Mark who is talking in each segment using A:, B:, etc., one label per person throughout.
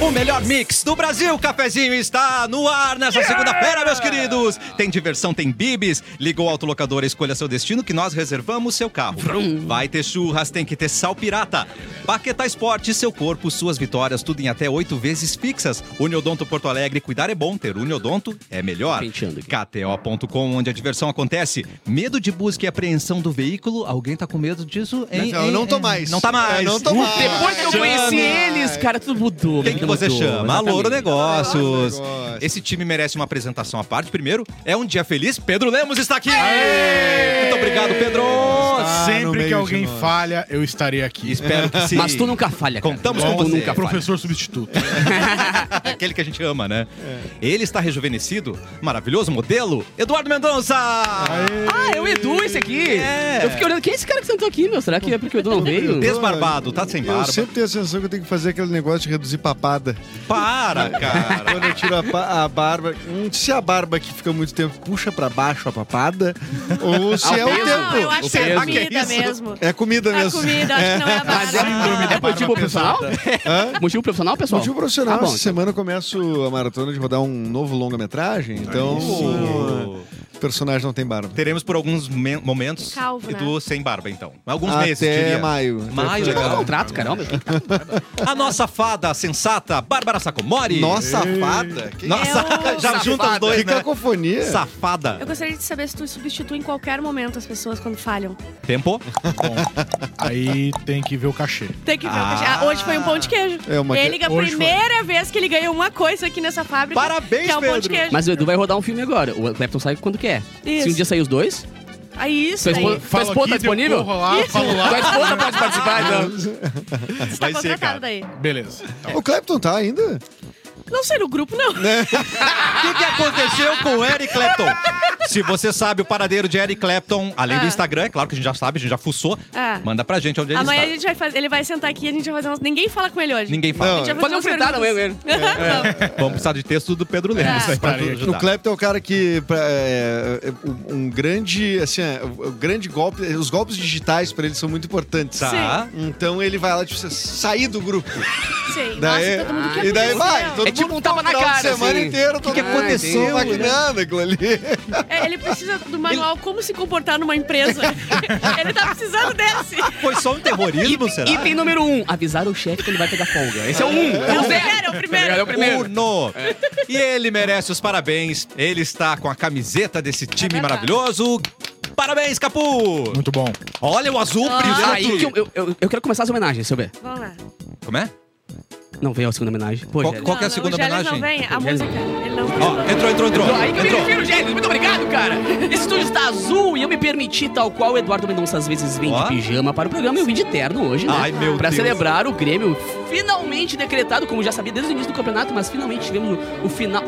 A: O melhor mix do Brasil, cafezinho está no ar nessa segunda-feira, meus queridos. Tem diversão, tem bibis. Liga o autolocador, escolha seu destino que nós reservamos seu carro. Vai ter churras, tem que ter sal pirata. Paquetá Esporte, seu corpo, suas vitórias, tudo em até oito vezes fixas. Uniodonto Porto Alegre, cuidar é bom, ter Uniodonto é melhor.
B: Penteando aqui.
A: KTO.com, onde a diversão acontece. Medo de busca e apreensão do veículo. Alguém tá com medo disso? Hein,
C: Não,
A: hein,
C: eu não tô
A: hein?
C: mais.
A: Não tá mais.
C: Eu não tô mais.
B: Depois que eu conheci eles, cara, tudo mudou.
A: Quem que
B: tudo
A: você
B: mudou,
A: chama?
B: exatamente.
A: Alô Negócios.
C: Alô, Negócios.
A: Esse time merece uma apresentação à parte. Primeiro, é um dia feliz. Pedro Lemos está aqui. Muito obrigado, Pedro.
C: Ah, no
D: Sempre
C: meio
D: que
C: de
D: alguém
C: nós.
D: falha, eu estarei aqui.
A: Espero que sim.
B: Mas tu nunca falha, cara.
A: Contamos
B: tu
A: com você.
B: nunca falha.
D: Professor substituto.
A: Aquele que a gente ama, né?
C: É.
A: Ele está rejuvenescido. Maravilhoso modelo. Eduardo Mendonça.
B: Ah, é o Edu esse aqui.
A: É.
B: Eu fiquei olhando, quem é esse cara que sentou aqui, meu? Será que é porque o Edu não veio?
A: Desbarbado, tá sem
C: Eu
A: barba.
C: sempre tenho a sensação que eu tenho que fazer aquele negócio de reduzir papada.
A: Para, cara.
C: Quando eu tiro a, pa- a barba, hum, se a barba que fica muito tempo puxa pra baixo a papada, ou se é o
B: peso.
E: Não, eu
C: tempo.
E: acho que é
B: peso.
E: a
B: Ah, que é
E: comida
A: isso?
E: mesmo.
C: É comida
E: A
C: mesmo.
E: comida, acho que não é a
B: Mas é,
E: barba.
D: da
B: é motivo
D: barba
B: profissional?
C: Hã?
B: Motivo profissional, pessoal?
C: Motivo um profissional,
E: Tá
B: Ah, bom,
C: essa
B: então.
C: semana eu começo a maratona de rodar um novo longa-metragem, então
A: Isso.
C: o personagem não tem barba.
A: Uh. Teremos por alguns men- momentos
E: Calvo, né?
A: Edu sem barba, então. Alguns meses,
C: Até
A: diria.
C: maio.
A: Maio,
B: Tinha que dar um
A: legal.
B: contrato, caramba.
A: A nossa fada sensata, Bárbara Sacomori.
C: Nossa fada? Que,
A: Nossa,
E: Eu-
A: já junta os dois,
C: que
A: né?
B: É.
C: cacofonia.
E: Eu
A: Safada.
E: gostaria de saber se tu substitui em qualquer momento as pessoas quando falham.
A: Tempo?
D: Bom, aí tem que ver o cachê.
E: Tem que ver.
A: Ah.
E: o que- Ah, hoje foi um pão de queijo.
C: É uma que-
E: ele, é a
D: hoje
E: primeira vez que ele ganhou uma coisa aqui nessa fábrica.
A: Parabéns,
E: que é um pão de
A: Pedro.
E: queijo.
B: Mas o Edu vai rodar um filme agora. O Clapton sai quando quer.
E: Isso.
B: Se um dia sair os dois,
E: Aí É isso
B: sua
E: aí.
B: esposa, sua esposa tá
D: deu
B: disponível?
D: corro lá, falo lá.
B: Sua esposa pode participar, então.
E: Você tá
A: vai ser, cara.
E: contratado daí.
D: Beleza. Então,
C: O Clapton tá ainda?
E: Não sei no grupo, não.
A: O que, que aconteceu com o Eric Clapton? Se você sabe o paradeiro de Eric Clapton, além do
E: Ah.
A: Instagram, é claro que a gente já sabe, a gente já fuçou,
E: Ah.
A: manda pra gente onde ele
E: Amanhã a
A: está.
E: gente vai fazer. Ele vai sentar aqui e a gente vai fazer umas. Ninguém fala com ele hoje.
A: Ninguém fala. É.
E: A gente vai
B: Fazer um
E: umas
B: fritada amanhã
E: perguntas.
B: ele.
E: Não.
A: Vamos precisar de texto do Pedro Lemos
E: Ah.
A: aí pra
D: Pra ele.
C: O
A: ajudar.
C: Clapton é o cara que. pra, é, é, um- um grande. Assim, é, o- o grande golpe. Os golpes digitais pra ele são muito importantes.
A: Tá.
C: Então ele vai lá, tipo, assim, sair do grupo.
E: Sei.
C: Daí-
E: Nossa, todo mundo quer
C: e daí
E: conhecer.
C: vai. Todo
B: É tipo
C: mundo
B: um tapa na
C: fica o final de
B: cara,
C: semana
B: assim.
C: inteira, todo
A: que
C: mundo
A: aconteceu?
C: maquinando aquilo ali.
E: É, ele precisa do manual como se comportar numa empresa. ele tá precisando desse.
A: Foi só um terrorismo, será?
B: Item número um, avisar o chefe que ele vai pegar folga. Esse é o um.
E: É o primeiro, é o primeiro.
B: É o primeiro.
A: Uno. E ele merece os parabéns. Ele está com a camiseta desse time
E: verdade.
A: maravilhoso. Parabéns, Capu!
D: muito bom.
A: Olha o azul
E: Ah.
A: brilhante.
B: Aí que eu, eu, eu- eu quero começar as homenagens, seu B.
E: Vamos lá.
A: Como é?
B: Não veio a segunda homenagem. Pô,
A: Qual-
B: Gélios.
A: qual- que é a
E: Não, não,
A: segunda
E: o Gélios
A: homenagem?
E: não vem, a
B: O Gélios-
E: música. Ele não
A: Ó, entrou, entrou, entrou.
B: Aí que eu me
A: entrou.
B: refiro, Gélios. Muito obrigado, cara. Esse estúdio está azul e eu me permiti, tal qual o Eduardo Mendonça às vezes vem
A: Ó.
B: de pijama para o programa, eu vim de terno hoje, né?
A: Ai, meu
B: Pra
A: Deus.
B: celebrar o Grêmio finalmente decretado, como já sabia desde o início do campeonato, mas finalmente tivemos o, o final,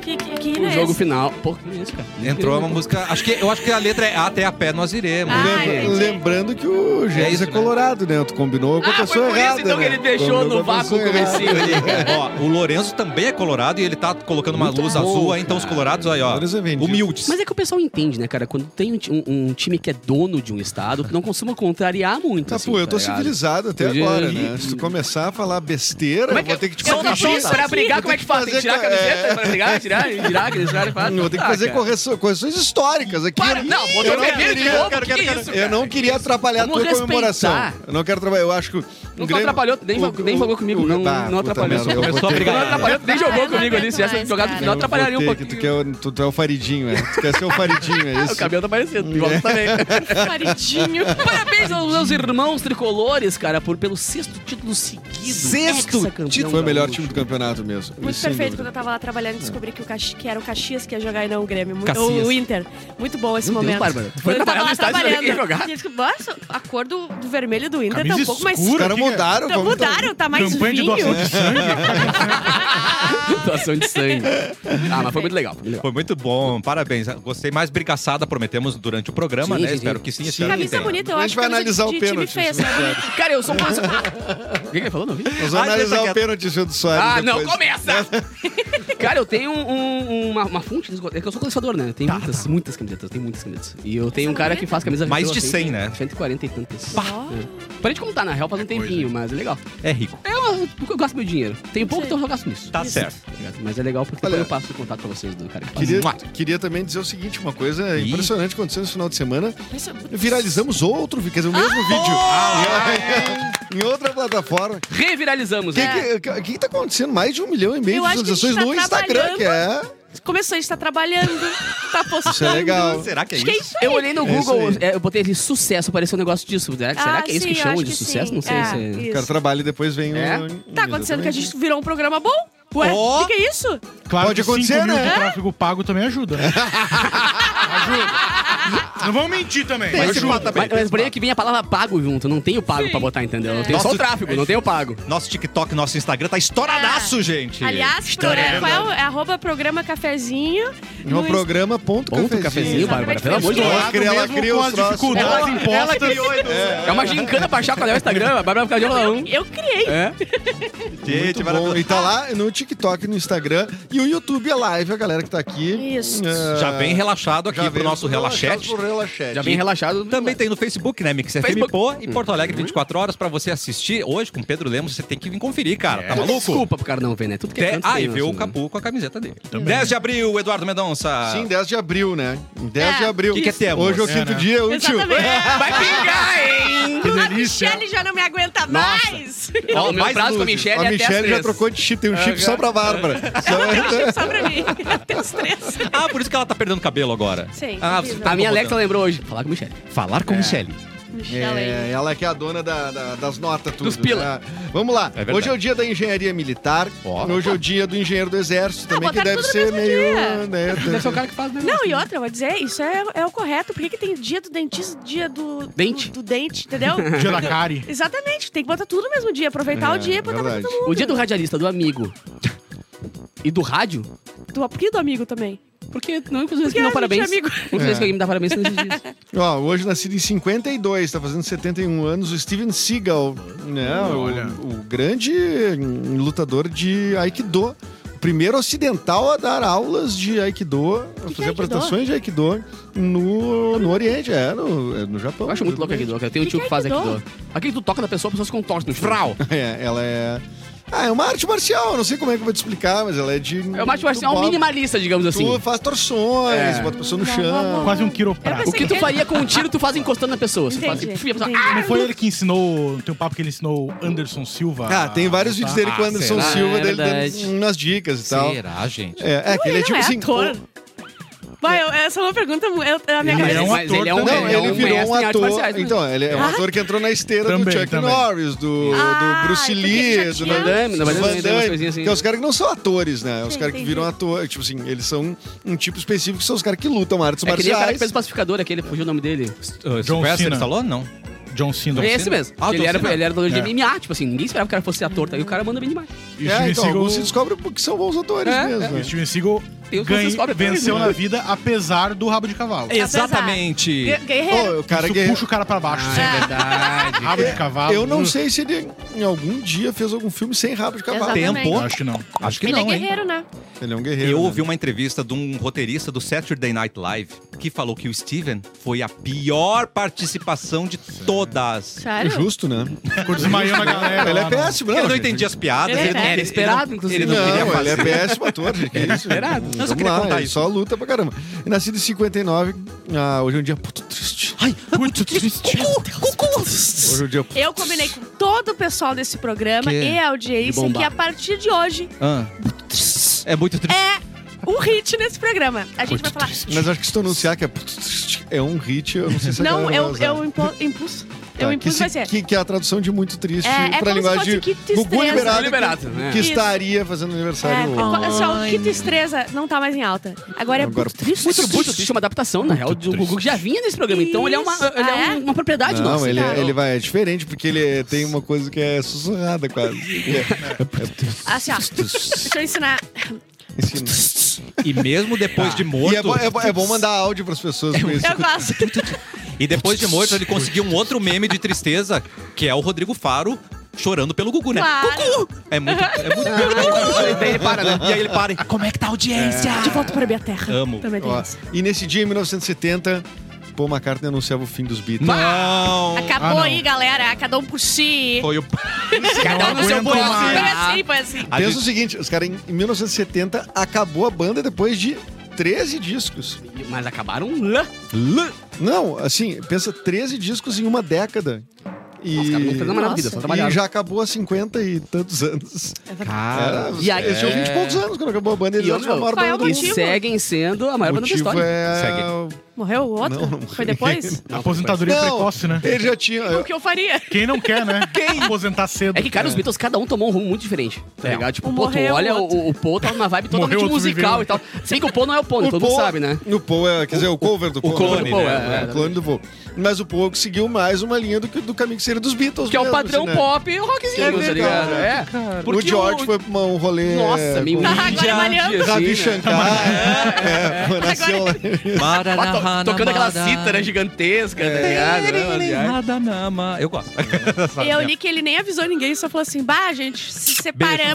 E: Que, que, que hino
B: o
E: é
B: jogo
E: esse?
B: final. Pô, que isso, cara.
A: Entrou uma música. Acho que, eu acho que a letra é Até a Pé Nós Iremos.
E: Ah,
C: Lembra-
E: entendi.
C: lembrando que o Gênesis
A: isso,
C: é,
A: né?
C: colorado, né? Tu combinou com a
B: Ah, foi
C: pessoa
B: por
C: errada.
B: isso então que
C: né?
B: ele deixou
C: Combinou
B: no
C: com a
B: vácuo o
C: pessoa errada.
B: comecinho ali.
A: é. Ó, o Lourenço também é colorado e ele tá colocando uma
B: Muito
A: luz
B: bom,
A: azul aí, então os
B: cara.
A: colorados aí, ó.
C: Lourenço é vendido.
A: Humildes.
B: Mas é que o pessoal entende, né, cara? Quando tem um, ti- um- um time que é dono de um estado, tu não costuma contrariar muito.
C: Tá,
B: assim,
C: pô, eu
B: tá
C: tô
B: ligado?
C: civilizado até
B: Podia-
C: agora, né? Se tu começar a falar besteira,
B: Como é
C: eu
B: que
C: vou ter que te
B: eu
C: corrigir.
B: tô isso pra brigar,
C: Vou
B: como é
C: ter
B: que faz? Tem que tirar a
C: fazer co-
B: camiseta pra brigar, tirar, tirar, aqueles caras
C: é,
B: falam.
C: Vou ter que
B: "Tá,
C: fazer
B: cara."
C: correção- correções históricas aqui.
B: Para, não,
C: Ih,
B: botou
C: eu não
B: vermelho de
C: queria-
B: novo,
A: quero, quero,
B: que que é
A: quero.
B: isso,
C: Eu
B: cara?
C: não queria atrapalhar a
B: Vamos
C: tua comemoração.
B: respeitar.
C: Eu não quero atrapalhar. Eu acho que. o
B: Nunca
C: Grêmio-
B: atrapalhou, nem,
C: o-
B: nem jogou
C: o-
B: comigo, não,
C: Tá,
B: não
C: puta
B: atrapalhou.
C: merda,
B: Só
C: eu
B: começou
C: vou
B: a
C: ter-
B: brigar. Não atrapalhou, nem jogou
E: eu não
B: comigo ali. Se tivesse
E: aguento
B: jogado no
E: mais,
B: final,
E: cara.
B: atrapalharia um
C: Vou ter que-
B: pouquinho.
C: Tu, quer, o- tu, tu é o faridinho, é. Tu quer ser o faridinho, é
B: O
C: isso.
B: cabelo tá parecendo, igual tu também.
E: Paridinho.
B: Parabéns aos meus irmãos tricolores, cara, por, pelo sexto título seguido.
A: Sexto
B: Hexacampeão
C: Tito foi o melhor
B: gaúcho.
C: time do campeonato mesmo.
E: Muito
C: sem
E: perfeito quando
C: dúvida.
E: eu tava lá trabalhando e descobri que, o Caxi- que era o Caxias que ia jogar e não o Grêmio. Muito,
B: Caxias.
E: ou o Inter. Muito bom esse
B: Meu Deus,
E: momento.
B: Bárbara, tu foi
E: Quando eu tava
B: trabalhar no
E: lá
B: estádio e
E: trabalhando.
B: ninguém jogar?
E: E eu descobri, Nossa, a cor do, do vermelho do Inter
D: Camisa
E: tá um pouco mais...
C: Os
D: escura.
C: caras
D: Que que é?
C: mudaram.
E: Então
C: como tá-
E: mudaram, tá mais
D: Campanha de
E: vinho.
D: doação de sangue.
B: Doação de sangue. Ah, mas foi muito legal. Foi muito
E: é-
B: legal.
A: Foi muito bom, parabéns. Gostei mais brigaçada, prometemos durante o programa,
B: Sim,
A: né?
B: sim,
A: Espero
B: sim.
A: que sim.
C: Sim.
A: espero que
E: Camisa
A: tenha.
E: bonita, eu
C: A
E: acho.
C: gente vai
E: camisa
C: analisar
E: de
C: o
E: time
C: pênalti, né?
E: feio,
C: se
E: essa é bonita.
B: Cara, eu sou um. O que que ele falou? não vi.
C: Nós vamos
A: Ah, deixa
C: analisar o
A: quieto.
C: pênalti do Soares.
B: Ah, não,
C: depois.
B: começa! Cara, eu tenho um- um- uma, uma fonte de esgoto. É que eu sou colecionador, né? Tem muitas, muitas camisetas, tem muitas camisetas. E eu tenho um cara que faz camisa
A: Mais
B: retrô,
A: de
B: tem
A: 100, né?
B: 140 e tantas.
E: Pá.
B: É. Parei de contar, na real, faz um tempinho, mas é legal.
A: É rico.
B: Eu, eu gasto meu dinheiro. Tenho pouco,
E: Sim.
B: então eu gasto nisso.
A: Tá
E: Isso.
A: certo.
B: Mas é legal porque depois
C: Olha,
B: eu passo o contato pra vocês do cara que faz.
C: Queria, queria também dizer o seguinte, uma coisa
A: Ih.
C: impressionante que aconteceu nesse final de semana.
E: Pensa-
C: Viralizamos outro, quer dizer, o mesmo
E: Ah,
C: vídeo. Ah, em, em outra plataforma.
B: Reviralizamos,
C: O que,
B: né?
C: que, que- que tá acontecendo? Mais de um milhão e meio
E: É. Eu
C: de
E: acho que a gente
C: visualizações no
E: tá
C: Instagram, que é.
E: Começou, a gente tá trabalhando, tá postando.
C: Isso é legal.
A: Será que é
E: Acho que é
A: isso?
E: isso aí.
B: Eu olhei no
C: É
B: Google,
C: isso
B: é, eu botei ali sucesso, apareceu um negócio disso. Será, será
E: Ah,
B: que é isso
E: sim,
B: que
E: eu
B: chamam
E: acho
B: de
E: que
B: sucesso?
E: sim.
B: Não sei
E: É,
B: se é...
C: O
E: isso.
C: cara trabalha e depois vem
B: É?
C: o.
E: Tá acontecendo que a
C: Exatamente.
E: gente virou um programa bom? Ué, o
A: Ó.
E: que, que é isso?
D: Claro
C: Pode
D: que cinco
C: acontecer,
D: mil
C: né?
D: do tráfego pago também ajuda, né? ajuda. Não vamos mentir também.
A: Tem esse
D: ajuda.
A: patamar.
B: Mas, mas por aí que vem a palavra pago junto. Não tenho pago pra botar, entendeu? Não tenho só o
A: Nossa,
B: tráfego, não tenho pago.
A: Nosso TikTok, nosso Instagram tá estouradaço, gente.
E: Ah. É. Aliás, programa, qual é, o- é arroba programa cafezinho.
C: No É um programa ponto
B: Ponto
C: cafezinho.
B: cafezinho, Bárbara, pelo amor de Deus.
C: Ela cria- ela
D: Mesmo
C: cria
D: com
C: os
D: as
C: troços.
D: dificuldades
A: Ela
D: impostas.
A: criou, Edu.
B: É uma gincana pra achar qual é o Instagram, a Bárbara fica de olho lá, um.
E: Eu criei.
B: É.
A: Gente,
C: Muito bom. E
A: maravilhoso.
C: tá lá no TikTok, no Instagram e o YouTube é live, a galera que tá aqui.
E: Isso.
C: eh,
A: Já vem relaxado aqui
C: já
A: pro
C: vem
A: nosso relaxete.
C: pro relaxete.
B: Já vem relaxado.
A: Também tem no Facebook, né, Mix FM
B: Facebook. Uhum.
A: Pô e Porto Alegre 24 horas pra você assistir. Hoje, com Pedro Lemos, você tem que vir conferir, cara. Tá maluco?
B: Desculpa pro cara não ver, né? Tudo que é
A: Até,
B: canto
A: ah,
B: É. tem,
A: e
B: né,
A: ver o
B: assim, né?
A: Capu com a camiseta dele. 10 de abril, Eduardo Mendonça.
C: Sim, 10 de abril, né? 10
E: É.
C: de abril.
A: Que que é temos?
C: Hoje é o
D: É,
C: quinto
D: né?
C: dia útil.
E: Exatamente.
B: Vai pingar, hein?
D: Que
E: A
D: delícia.
E: Michelle já não me aguenta mais.
B: Ó,
A: Ó,
B: o meu
A: mais
B: prazo com a
A: luzes.
B: Michelle
C: a
B: é até
C: Michelle
B: as
C: já
B: três. é
C: trocou de chip, tem um chip só pra Bárbara. Só- então.
E: Só pra mim. Até os três.
A: Ah, por isso que ela tá perdendo cabelo agora. É.
E: Sim,
A: Ah,
E: incrível.
A: você tá
B: A
A: incomodando.
B: minha Alexa lembrou hoje. Falar com a Michelle.
A: Falar com Michelle.
E: Michelle
C: É, ela que é a dona da- da- das notas, tudo.
B: Dos pila.
C: né? Vamos lá.
A: verdade.
C: Hoje é o dia da engenharia militar.
A: Ó.
C: Hoje é o dia do engenheiro do exército também, que
E: botaram
C: deve
E: tudo no
C: ser
E: mesmo
C: meio.
E: dia.
C: né,
B: Deve ser o cara que faz o negócio. né?
E: Não, e outra, eu vou dizer, isso é, é o correto. Por que, que tem dia do dentista, dia do.
B: Dente.
E: Do, do dente, entendeu?
D: Dia da Kari.
E: Exatamente, tem que botar tudo no mesmo dia, aproveitar o dia e botar pra
C: É, verdade.
E: todo mundo.
B: O dia do radialista, do amigo. E do rádio?
E: Do, por que do amigo também?
B: Porque não, inclusive,
E: Porque
B: que me
E: a
B: dão
E: gente
B: parabéns.
E: é amigo.
B: Muitas vezes que alguém me dá parabéns nesses dias.
C: Ó, hoje nascido em 52, tá fazendo 71 anos, o Steven Seagal, né?
D: Olha.
C: O, o grande hum, lutador de Aikido. O primeiro ocidental a dar aulas de Aikido, a fazer
E: é Aikido?
C: apresentações de Aikido no, no Oriente, é, no, é no Japão.
B: Eu acho muito louco Aikido, cara. Tem um
E: Que
B: tio
E: que
B: que
E: é
B: faz
E: Aikido?
B: Aikido. Aqui tu toca na pessoa, né? a pessoa se contorce no chão.
A: Frau.
C: É, ela é. Ah, é uma arte marcial, não sei como é que eu vou te explicar, mas ela é de.
B: É uma arte marcial
C: tu bota-
B: minimalista, digamos assim.
C: Tu faz torções,
B: É.
C: bota a pessoa no
E: Não,
C: chão.
E: não,
D: Quase um
E: Eu
D: quiroprático.
B: O que tu
E: Entendi.
B: faria com um tiro, tu faz encostando na pessoa. Você faz,
E: Entendi,
B: e a pessoa,
E: entendi.
B: ah!
D: Não foi ele que ensinou, tem um papo que ele ensinou o Anderson Silva.
C: Ah, tem
D: a
C: vários
D: lutar?
C: vídeos dele com o
A: Ah,
C: Anderson
B: será?
C: Silva,
B: É
C: dele
B: verdade.
C: dando umas dicas e tal.
A: Será, gente?
C: É, é que ele é
E: não
C: tipo assim.
E: ator.
C: o-
E: Vai, eu- essa é uma pergunta. mu- Eu, a minha
D: Ele
E: cabeça.
D: é um
B: mas
D: ator
B: ele é um,
D: também.
C: Não, ele
B: é um
C: virou um
B: mestre em artes
C: ator.
B: marciais, né?
C: Então, ele é um
E: Ah?
C: ator que entrou na esteira do
D: Também,
C: Chuck
D: também.
C: Norris, do,
E: Ah,
C: do Bruce
E: é porque
C: Lee,
E: já
C: do
E: tinha-
B: Van Damme, não, mas
C: Van
B: ele tem umas
C: Damme.
B: coisinhas assim.
C: Que é os caras que não são atores, né? Os
E: Sim,
C: caras que
E: entendi.
C: viram ator. Tipo assim, eles são um tipo específico, que são os caras que lutam artes
B: É que nem o cara que
C: marciais.
B: fez o pacificador, aquele, fugiu o nome dele.
A: Uh,
D: John
A: Sylvester
D: Cena.
A: Stallone? Não.
D: John Cena.
B: É esse mesmo.
A: Ah, o
B: ele,
A: John
B: era,
A: Cena.
B: ele era doador de
D: É.
B: MMA, tipo assim, ninguém esperava que o cara fosse ator, tá? E o cara manda bem demais.
D: E o
C: É,
D: Steven
C: então,
D: Seagal-
C: alguns se descobrem porque são bons atores
B: É,
C: mesmo.
D: E
C: né?
D: o Steven Seagal
B: Tem os
D: ganha-
B: seus cobras também,
D: venceu
B: né?
D: na vida, apesar do rabo de cavalo.
A: Exatamente.
E: Gue- Guerreiro.
C: Ô, É, o cara
D: Isso
C: que
D: puxa o cara pra baixo. assim.
B: Ah, é verdade.
D: Rabo de cavalo.
C: Eu não
D: uh,
C: sei se ele em algum dia fez algum filme sem rabo de cavalo.
E: Exatamente.
A: Tempo.
D: Acho que não.
A: Acho que
E: Ele é
A: não, hein?
E: guerreiro, né?
C: Ele é um guerreiro.
A: Eu
C: né?
A: ouvi uma entrevista de um roteirista do Saturday Night Live que falou que o Steven foi a pior participação de todas.
E: Sério?
C: Justo, né?
D: Ficou desmaiando a galera. lá
C: Ele é
D: no-
C: péssimo, né?
A: Eu não
C: gente?
A: entendi as piadas.
E: Ele
A: ele não-
E: era
A: ele-
B: esperado,
A: ele-
B: inclusive.
A: Ele não queria
C: Não, ele é
A: fazer.
C: péssimo ator, gente. Que isso?
B: esperado. Não,
A: só queria
C: lá,
A: contar
C: ele
A: isso.
C: Só luta pra caramba. E nascido em 59, ah, hoje é um dia puto triste.
A: Ai,
D: Muito triste.
C: Hoje é um dia puto
E: Eu combinei com todo o pessoal desse programa
A: Que?
E: e a
B: De
E: audiência
B: bombar.
E: que a partir de hoje
A: Ah, é muito triste.
E: é o hit nesse programa. A gente vai falar.
C: Mas acho que se tu anunciar que é puto triste, é um hit, eu não sei se a
E: Não,
C: galera
E: eu,
C: vai usar.
E: eu impo- impulso.
C: Tá,
E: Eu
C: que,
E: impulso
C: se-
E: vai ser.
C: que, que é a tradução de muito triste
E: É, é
C: pra
E: como se
C: linguagem
E: fosse
C: de
E: que
C: Gugu
E: tristeza.
C: Liberado,
B: Gugu Liberato,
C: que,
B: né?
C: que
E: Isso.
C: estaria fazendo
E: É,
C: aniversário hoje.
E: co- só o que tristeza não tá mais em alta. Agora é
C: Agora,
E: muito triste.
B: Muito, muito triste, é uma adaptação, na real, do Gugu que já vinha nesse programa. Então ele é uma, ele é
E: Ah, é?
B: uma propriedade
C: não,
B: nossa.
C: ele,
B: cara.
C: ele vai, é diferente, porque ele é- tem uma coisa que é sussurrada quase. que é-
E: Assim, ó. Deixa eu ensinar.
C: Ensina.
A: E mesmo depois de morto.
C: E é, bom- é bom- é bom mandar áudio pras pessoas com isso.
E: Eu gosto.
A: E depois de morto, ele conseguiu um outro meme de tristeza, que é o Rodrigo Faro chorando pelo Gugu, né?
E: Claro.
A: Gugu! É muito. É muito
B: Daí ele para, né?
A: E aí ele para. e, Como é que tá a audiência?
E: De volta para minha terra.
A: Amo.
E: Também tem
C: Ó,
E: isso.
C: e nesse dia, em 1970, Paul McCartney anunciava o fim dos Beatles.
A: Não!
E: Acabou
D: Ah, não.
E: aí, galera. Cada um puxi.
A: Foi o.
B: Cada um no seu
D: aguento
E: Foi
B: buraco.
D: mais.
E: assim, foi assim.
A: A
C: Pensa
A: gente-
C: o seguinte, os caras, em em 1970, acabou a banda depois de 13 discos.
B: Mas acabaram né? lá.
C: Não, assim, pensa 13 discos em uma década. E,
B: Os caras não fizeram nada na
E: Nossa.
B: vida, só
C: e
B: trabalharam.
C: já acabou há 50 e tantos anos. É,
A: Cara.
C: Era-
B: e aí- é.
C: eles tinham 20 e poucos anos quando acabou a banda. Eles
B: E
C: eram
B: outra-
C: a maior
E: Qual é
C: banda
E: o
C: do
B: E
C: mundo.
E: motivo?
B: seguem sendo a maior
C: O
B: banda da história.
C: motivo é...
E: Morreu o outro?
C: Não, não
E: foi depois?
B: Não,
D: Aposentadoria
C: Não.
D: precoce, né?
C: Ele já tinha...
E: o que eu faria?
D: Quem não quer, né? Quem? Aposentar cedo.
B: É que, cara, os Beatles, cada um tomou um rumo muito diferente, tá
D: É.
B: ligado? Tipo,
E: Um
B: pô, tu
E: morreu,
B: olha,
E: outro-
B: o, o Paul tava numa vibe totalmente
D: Morreu, outro
B: musical
D: viveu.
B: e tal. Se bem que o Paul não é o Paul,
C: O
B: todo mundo
C: Paul-
B: sabe, né?
C: O Paul é, quer dizer, o cover do Paul.
A: clone,
C: né?
A: Paul,
B: é,
C: É,
B: é.
C: o clone do Paul. Mas o Paul seguiu mais uma linha do que do caminho que seria dos Beatles.
B: Que é o
C: mesmo,
B: padrão
C: assim, né?
B: pop e o rockzinho,
C: É
B: tá
C: verdade,
B: ligado?
C: cara.
B: É.
C: o George foi pra um rolê...
B: Nossa, meio
C: com
E: Tá,
B: Índia,
E: agora malhando.
B: assim, né?
C: Ravi Shankar. É, foi, nasceu lá.
B: Mas to- Tocando aquela né, cítara gigantesca, tá ligado? Né? Mas, é.
A: Radanama. Eu gosto.
E: E eu li que ele nem avisou ninguém, só falou assim: bah, gente, se separamos.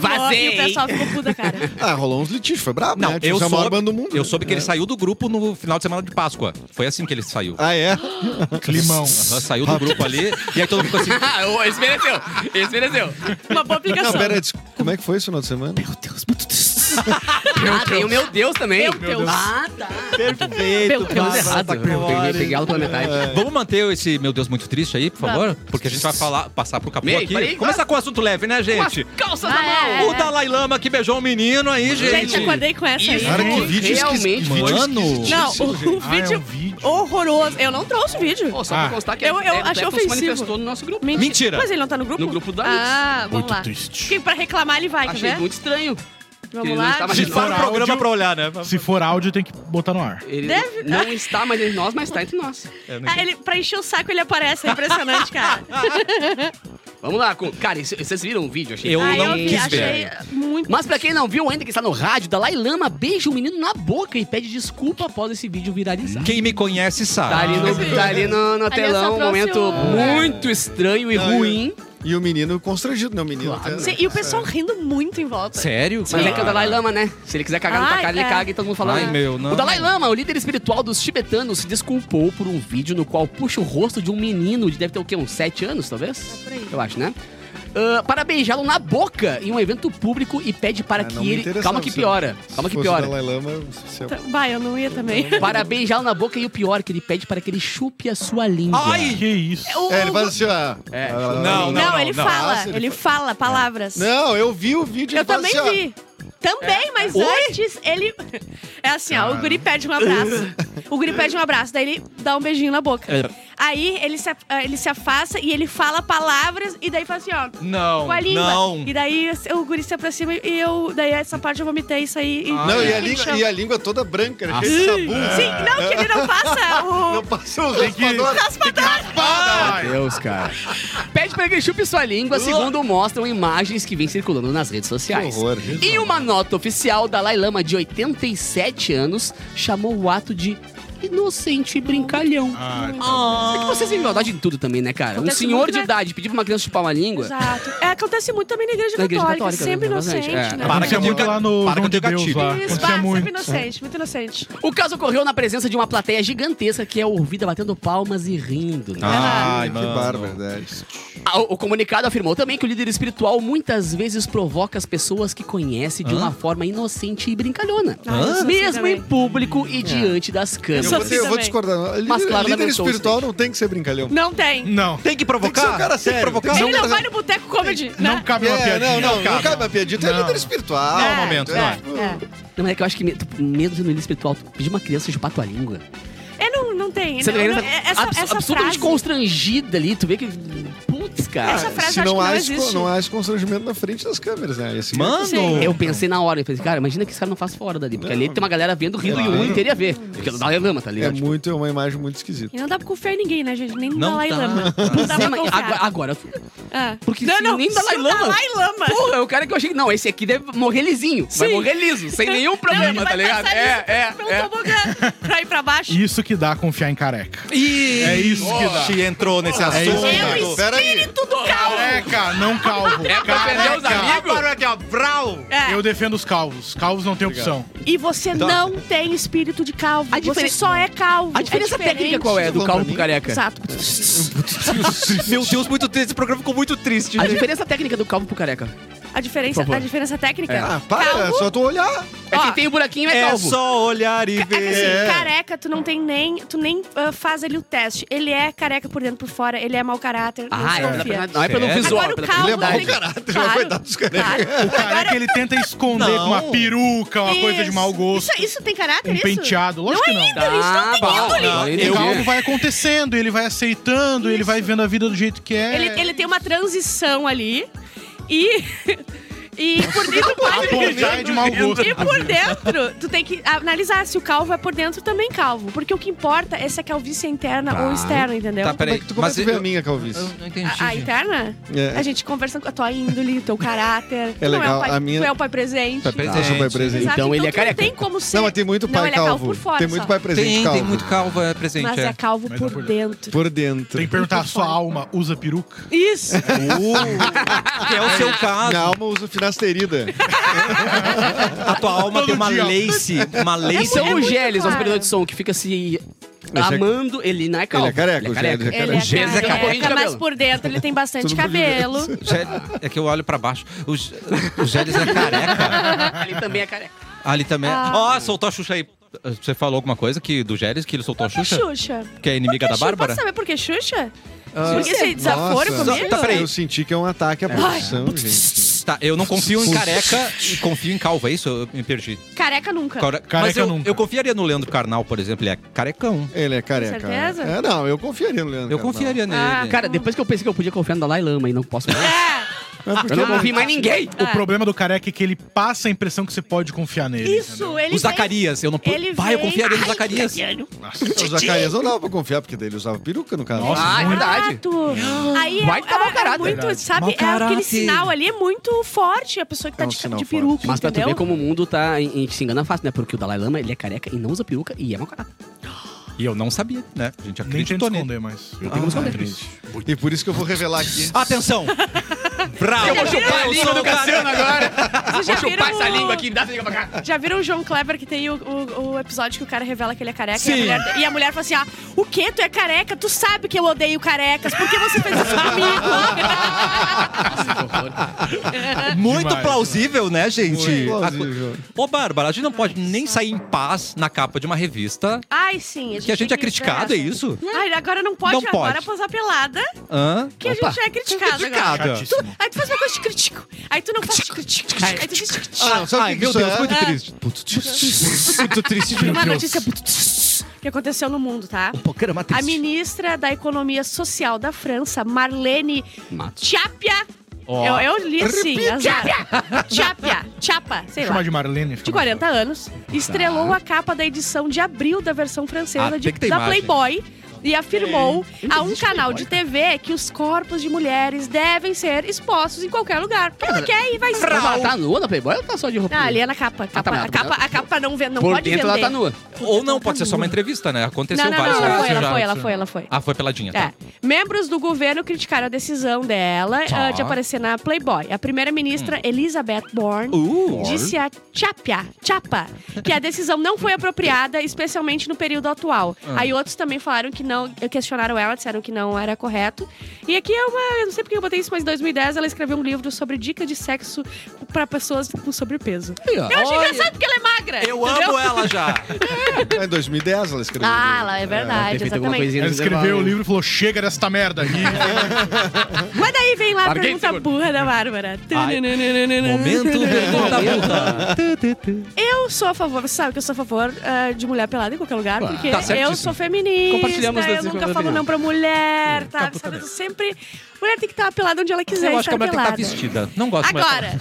B: Beijo.
E: ó." E o
B: Vazei.
E: pessoal ficou puta, cara.
C: Ah, rolou uns litígios, foi brabo,
A: Não,
C: né? Tipo,
A: eu
C: isso é a maior
A: soube,
C: banda do mundo.
A: eu soube que
C: É.
A: ele saiu do grupo no final de semana de Páscoa. Foi assim que ele saiu.
C: Ah, é?
D: Limão.
A: Aham, saiu do grupo ali, e aí todo mundo ficou assim,
B: Ah, ô, esse mereceu. Esse mereceu.
E: Uma boa
C: Não,
E: aplicação.
C: pera, aí, des- como é que foi esse final de semana?
B: Ah, tem o meu Deus também.
E: Meu Deus.
B: Ah, tá.
A: perfeito,
B: Tudo errado. Eu peguei- Peguei ela pela metade.
C: É.
A: Vamos manter esse Meu Deus Muito Triste aí, por favor?
E: Vamos.
A: Porque a gente vai falar, passar pro capô
B: Ei,
A: aqui.
B: peraí, assim?
A: Começar com o assunto leve, né, gente?
B: Calça
E: Ah, é,
A: O Dalai Lama que beijou um menino aí, gente.
E: Gente,
B: é
E: acordei com essa aí.
B: Isso.
D: é
C: Cara, que vídeo
B: Realmente,
C: esquisito. vídeo
A: mano.
C: esquisitíssimo,
E: Não, o,
C: gente.
E: o
D: Ah, um é um
E: vídeo
D: vídeo.
E: horroroso. Eu não trouxe o vídeo.
B: Pô, só pra
D: Ah.
B: constar que
E: Eu- eu
B: a Deco
E: achei
B: se
E: ofensivo.
B: manifestou no nosso grupo.
A: Mentira.
E: Mas ele não tá no grupo?
B: No grupo da
E: Ah, vamos
D: Muito
E: lá.
D: triste.
E: Quem pra reclamar ele vai,
B: Achei
E: né?
B: muito estranho. que
E: Vamos
B: ele
E: lá.
B: não estava
A: Se
B: Não,
A: for um
D: áudio-
A: programa pra olhar, né?
D: Se for áudio, tem que botar no ar.
B: Ele
E: Deve-
B: não está mais entre nós, mas está entre nós.
A: Eu não
E: Ah, ele, pra encher o saco ele aparece, é impressionante, cara.
B: Vamos lá. com- Cara, isso- vocês viram o vídeo? Achei
A: Eu não
E: Ah, eu vi,
A: quis ver.
E: achei muito.
B: Mas pra quem não viu ainda, que está no rádio, Dalai Lama beija o menino na boca e pede desculpa após esse vídeo viralizar.
A: Quem me conhece sabe.
B: Tá ali no, tá ali no, no
E: Ali eu só
B: telão, um
E: trouxe
B: momento
E: o-
B: muito estranho e
C: Não, eu-
B: ruim.
C: E o menino constrangido, né? O menino.
B: Claro.
C: até-
E: Sim, e o pessoal
C: é.
E: rindo muito em volta.
A: Sério?
B: Mas
C: Ah.
B: é que é o
A: cara?
B: Dalai Lama, né? Se ele quiser cagar no
E: Ai,
B: placar, ele
E: é.
B: caga e todo mundo fala.
A: Ai,
B: né?
A: meu, não.
B: O Dalai Lama, o líder espiritual dos tibetanos, se desculpou por um vídeo no qual puxa o rosto de um menino de deve ter o quê? Uns 7 anos, talvez?
E: É por aí.
B: Eu acho, né? Ah, para beijá-lo na boca em um evento público e pede para
C: Ah, não
B: que
C: me
B: ele.
C: interessava
B: Calma que
C: se-
B: piora.
C: se
B: Calma que
C: fosse o
B: piora.
C: Dalai Lama, se eu-
E: Tá- Vai, eu não ia também.
B: Para beijá-lo na boca e o pior, que ele pede para que ele chupe a sua língua.
A: Ai!
D: Que isso?
E: O-
C: É, ele faz assim, ó.
B: É.
C: Não,
A: Não,
E: Não,
A: não.
E: ele fala,
C: Nossa, ele
E: ele, fala palavras.
C: eu vi o vídeo.
E: Eu
C: ele faz
E: também
C: assim, ó.
E: vi.
A: É.
E: Também, mas antes ele. É assim, ó, o guri pede um abraço. O guri pede um abraço, daí ele dá um beijinho na boca.
A: É.
E: Aí ele se, ah, ele se afasta e ele fala palavras e daí faz assim, ó,
B: é.
A: Não,
E: com a língua.
A: não.
E: E daí o guri se aproxima e eu. Daí essa parte eu vomitei isso aí.
C: Não, e a,
E: ele
C: língua,
E: chama.
C: e a língua toda branca, né? cheia de sabão.
E: Sim, não, que ele não passa o.
C: Não passou os raspadores.
B: Deus, cara. Pede para que ele chupe sua língua, segundo mostram imagens que vêm circulando nas redes sociais.
C: Uh. Que horror, gente.
B: Em uma nota oficial, Dalai Lama, de 87 anos, chamou o ato de inocente e brincalhão.
D: Ah,
B: É que vocês veem maldade em tudo também, né, cara? Um
E: Acontece
B: senhor
E: muito,
B: de
E: né?
B: idade pedir pra uma criança chupar uma língua.
E: Exato. É, acontece muito também na igreja,
B: Na igreja
E: católica,
B: católica,
E: sempre
B: né? Bastante,
E: inocente,
B: é.
E: né?
A: Para que
D: Acontecia
A: eu tenho
D: muito
A: ga-
D: lá no
A: para que eu
D: Dom de
A: tenho
D: Deus
A: gatilho.
D: lá.
E: Isso,
D: Acontecia
E: bah, sempre
D: muito.
E: inocente, muito inocente.
B: O caso ocorreu na presença de uma plateia gigantesca que é ouvida batendo palmas e rindo. né?
C: Ai,
A: Ai,
C: que
A: mano.
C: barbaridade.
B: Ah, O o comunicado afirmou também que o líder espiritual muitas vezes provoca as pessoas que conhece de uma forma inocente e brincalhona.
E: Ah, eu sou assim
B: Mesmo
E: também.
B: em público e diante das
C: É. Eu
E: Eu
C: vou,
B: câmeras.
E: sou assim
C: eu vou
E: também.
C: discordar. Líder,
B: Mas claro,
C: líder
B: lamentou o
C: espiritual não tem que ser brincalhão.
E: Não tem.
D: Não.
A: Tem que provocar?
C: Tem que ser um cara sério.
A: provocar?
C: Tem
E: Ele
C: que ser
E: não
C: um cara
E: vai no boteco comedy,
D: Não
E: né?
D: cabe uma
C: É,
D: piadinha.
C: não, não, não
A: cara.
C: cabe uma piadinha. Tu é
D: Não.
C: líder espiritual.
E: É,
A: momento,
E: é,
A: não.
E: é.
B: Não, mas é que eu acho que me- tu- medo de um líder espiritual, tu pedir uma criança chupar tua língua.
E: É, não, não tem.
B: Você
E: não,
B: tá
E: não,
B: ligado?
E: é- essa,
B: Abs-
E: essa
B: absurdamente
E: frase...
B: constrangida ali, tu vê que. Putz,
E: Essa
B: cara.
E: frase
C: Se
E: eu acho
C: não
E: que
C: há,
E: não
C: esse-
E: existe.
C: não há esse constrangimento na frente das câmeras, né? Esse
A: Mano!
E: Sim.
B: Eu pensei na hora, eu pensei, cara, imagina que esse cara não faz fora dali. Porque
C: Não.
B: ali tem uma galera vendo, rindo e
C: Claro.
B: o mundo inteiro ia ver. Porque não dá lama, tá
C: É
B: ligado?
C: muito, é uma imagem muito esquisita.
E: E não dá pra confiar em ninguém, né, gente? Nem no
A: Não
E: Dalai
A: dá.
E: Lama. Não dá
B: Sim,
E: pra
B: mas
E: confiar.
B: agora, agora tu-
E: Ah.
B: Porque
E: Não,
B: se
E: não,
B: nem
E: se
B: Dalai
E: o
B: Lama-
E: Dalai Lama.
B: Porra, é o cara que eu achei que. Não, esse aqui deve morrer lisinho. Vai
E: Sim.
B: morrer liso, sem nenhum
E: Não,
B: problema,
E: ele
B: tá
E: vai
B: ligado?
E: passar
B: É,
E: isso
B: é,
E: pelo
B: é.
E: tobogã pra ir pra baixo.
D: Isso que dá confiar em careca.
A: Ih,
D: É isso que
A: Te entrou nesse assunto.
D: isso que
E: É o
C: Peraí.
E: espírito tudo calmo.
D: Careca, não calvo.
B: É pra perder os
D: Careca.
B: amigos?
A: aqui, ó. Brau!
E: É.
D: Eu defendo os calvos. Calvos não tem opção.
E: E você não tem espírito de calvo.
B: A diferen-
E: Você só é calvo.
B: A diferença
E: É diferente.
B: técnica qual é? Do calvo pro careca?
E: Exato.
A: Meu Deus, muito triste. Esse programa ficou muito triste.
B: A
A: né?
B: diferença técnica do calvo pro careca.
E: A diferença,
B: Por favor.
E: a diferença técnica?
C: Ah, para, é
E: Calvo?
C: só tu olhar.
B: É
E: Ó,
B: quem tem o buraquinho é
A: É
B: calvo.
A: só olhar e
E: É que assim,
A: ver.
E: careca, tu não tem nem. Tu nem ah, faz ali o teste. Ele é careca por dentro e por fora, ele é mau caráter. não
B: Ah,
E: se
B: é pela,
E: confia.
B: pela- não é pelo
A: Sério?
B: visual,
E: Agora
B: é
E: o
B: pela
E: calvo-
C: Ele é mau
B: personalidade.
C: caráter,
E: Claro.
C: coitado dos carecas.
E: Claro.
D: Careca, ele tenta esconder
A: Não.
D: com uma peruca, uma coisa de mau gosto.
E: Isso, isso tem caráter,
D: Um
E: isso?
D: penteado, lógico que
B: tá é
D: não.
E: Então, isso não é tem
B: bom,
E: índole.
B: não,
D: O
B: entendi.
D: calvo vai acontecendo, ele vai aceitando, ele vai vendo a vida do jeito que é.
E: Ele, ele tem uma transição ali e. E por dentro
D: A
E: pode.
D: bondade é de mau gosto.
E: E por dentro, tu tem que analisar se o calvo é por dentro também calvo. Porque o que importa é se a calvície é interna
B: Tá.
E: ou externa, entendeu?
A: Tá,
C: Como é
A: peraí.
C: que tu, como é
A: Mas
C: que tu vê a
A: eu, Ah,
C: minha calvície?
A: eu não entendi.
E: A, a
A: gente.
E: interna?
C: É.
E: A gente conversa com a tua índole, teu caráter.
C: É
E: Tu não é
C: legal,
E: o pai,
C: a minha-
E: tu é o pai presente.
A: Tá presente.
C: Eu sou pai presente.
E: Exato,
B: Então ele é
E: tu
B: careca.
E: Não tem como ser.
C: Não, mas tem muito
E: Não,
C: pai
E: ele é
C: calvo.
E: calvo por fora
C: tem
E: só.
C: muito pai presente
A: Tem,
C: calvo.
A: tem muito calvo é presente.
E: Mas é calvo
D: Mas é
E: por
D: por
E: dentro.
C: Por dentro.
D: Tem que perguntar, sua alma usa peruca?
E: Isso.
A: Uh, que é o seu caso.
C: Minha alma usa finasterida.
A: A tua alma
D: Todo
A: tem uma
D: dia.
A: lace. Uma
B: E
A: lace.
B: são
E: É muito
B: os geles,
E: claro.
B: nosso período de som, que fica se
C: Mas é-
B: amando. Ele não é calvo.
C: Ele é careca, o Geles é
E: Ele
C: O
E: é
B: Geles é
E: careca,
B: careca,
E: mas
B: cabelo.
E: por dentro ele tem bastante
C: Tudo
E: cabelo.
A: Gé- É que eu olho pra baixo. O, Gé- o Gélis é careca.
B: Ele também é careca.
A: Ali também. é.
E: Ah.
A: Ó, soltou a Xuxa aí. Você falou alguma coisa que, do Gélis que ele soltou a
E: Por que
A: Xuxa?
E: Xuxa?
A: Que é inimiga
E: Por que
A: da
E: Xuxa?
A: Bárbara?
E: Posso saber por que Xuxa? Porque esse desaforo
C: Nossa.
E: comigo?
A: Tá, peraí.
C: Eu senti que é um ataque à produção, gente.
A: Tá, eu não confio em careca e confio em calvo, é isso? Eu me perdi.
E: Careca nunca.
A: Cara- mas
D: Careca
A: eu,
D: nunca.
A: eu confiaria no Leandro Carnal, por exemplo, ele é carecão.
C: Ele é careca.
E: certeza?
C: É, não, eu confiaria no Leandro.
A: Eu
C: Carnal.
A: confiaria nele.
E: Ah,
B: Cara, depois que eu pensei que eu podia confiar no Dalai Lama e não posso mais.
E: É,
C: Mas por
B: Eu
C: que
B: não
C: não?
B: confio em mais ninguém.
D: O problema do careca é que ele passa a impressão que você pode confiar nele. entendeu?
E: isso, ele
A: o
E: vem-
A: Zacarias, eu não pude.
E: Ele
A: Pai, eu
E: vem-
A: confiaria no
E: Ai,
A: Zacarias.
C: O Zacarias não dava pra confiar, porque daí ele usava peruca no caso.
D: Nossa.
B: Ah, é verdade.
E: Exato. Aí é,
B: Vai tá
E: é-
B: mau
E: é
B: caráter.
E: muito,
D: Verdade.
E: sabe?
A: Mau
E: É aquele
A: caráter.
E: sinal ali é muito forte. A pessoa que tá
C: É um
E: de,
C: sinal
E: de peruca,
B: Mas pra tu
E: entendeu?
B: ver como o mundo tá em, em- se engana fácil, né? Porque o Dalai Lama, ele é careca e não usa peruca e é mau caráter.
A: E eu não sabia, né? A gente
D: Nem tenta
A: acreditou nele.
D: esconder mais.
C: E por isso que eu vou revelar aqui.
A: Atenção! Brau!
E: Eu vou chupar a
A: Eu
E: língua
A: sou
E: do
A: o cara-
B: agora.
E: Vocês já viram o-
B: me dá essa língua pra cá.
E: Já viram o João Kleber que tem o, o- o episódio que o cara revela que ele é careca? E a,
A: Sim.
E: mulher, e a mulher fala assim: ah, o quê? Tu é careca? Tu sabe que eu odeio carecas. Por que você fez isso Ah, comigo?
A: Muito
D: Demais.
A: plausível, né,
C: Muito
A: gente?
C: plausível.
A: A co- Ô, Bárbara, a gente não pode nem sair em paz na capa de uma revista
E: Ai, sim.
A: que a gente
E: tem
A: é
E: Hum?
A: criticado, é isso?
E: Ai, agora não pode,
A: Não
E: agora
A: pode.
E: posar pelada,
A: Hã?
E: que
B: Opa.
E: a gente é criticado, agora.
A: Criticada.
E: Tu- aí tu faz uma coisa de critico. Aí tu não faz de critico. Aí tu diz de critico.
C: Ah, não, sabe o
A: Ai,
C: que
A: meu
C: isso
A: Deus,
C: é?
A: muito
E: Ah.
A: triste.
C: Muito triste,
E: Tem
C: meu
E: uma
C: Deus.
E: notícia que aconteceu no mundo, tá?
A: Programa
E: A ministra da Economia Social da França, Marlene
B: Matos.
E: Chapia.
A: Ó.
E: Eu, eu li assim, azar. Chapia. Chapa, sei lá.
D: Chama de Marlene.
E: De 40 anos, estrelou a capa da edição de abril da versão francesa
A: Ah,
E: de-
A: tem que ter
E: da
A: imagem.
E: Playboy e afirmou
B: Ainda
E: a um
B: existe
E: canal
B: Playboy,
E: de TV que os corpos de mulheres devem ser expostos em qualquer lugar. Porque ela quer e vai ser.
B: Mas ela tá nua na Playboy ou tá só de roupa?
E: Ah, ali é na capa. capa-
B: mas-
E: a, capa a capa não, vê, não
B: Por
E: pode
B: dentro
E: vender.
B: ela tá nua.
A: Ou não, pode ser só uma entrevista, né?
E: Não,
A: Aconteceu
E: não, não,
A: vários
E: ela foi,
A: casos
E: ela
A: já.
E: foi, ela foi, ela foi.
A: Ah, foi peladinha, tá.
E: É. Membros do governo criticaram a decisão dela
A: Tá. Hum.
E: ah, de aparecer na Playboy. A primeira-ministra Elizabeth Bourne
A: Uh,
E: disse a Chapa, Chapa que a decisão não foi apropriada, especialmente no período atual.
A: Ah.
E: Aí outros também falaram que não, eh, questionaram ela, disseram que não era correto. E aqui é uma, eu não sei porque eu botei isso, mas em 2010 ela escreveu um livro sobre dicas de sexo pra pessoas com sobrepeso.
B: Aí, ó.
E: Eu achei
A: Olha.
E: engraçado porque ela é magra.
A: eu
E: entendeu?
A: amo ela já.
C: É, Em 2010 ela escreveu. um
E: Ah, ela é verdade,
B: Deve ter feito alguma
E: exatamente.
B: coisinha
D: Ela
B: no
D: escreveu
B: intervalo.
D: o livro e falou: chega desta merda aqui.
E: Mas daí vem lá a
B: Larguei,
E: pergunta
B: segura.
E: burra da Bárbara.
A: Ai. Momento pergunta burra.
E: Eu sou a favor, você sabe que eu sou a favor ah, de mulher pelada em qualquer lugar, porque
A: Tá certíssimo.
E: eu sou feminista,
B: Compartilhamos
E: eu
B: dessa
E: nunca
B: opinião.
E: falo não pra
A: É.
E: mulher, tá? Sabe, eu sempre. Mulher tem que estar pelada onde ela quiser.
A: Eu acho que a
E: estar
A: mulher tem que estar
E: pelada.
A: vestida. então. Não gosto de mulher
E: Agora,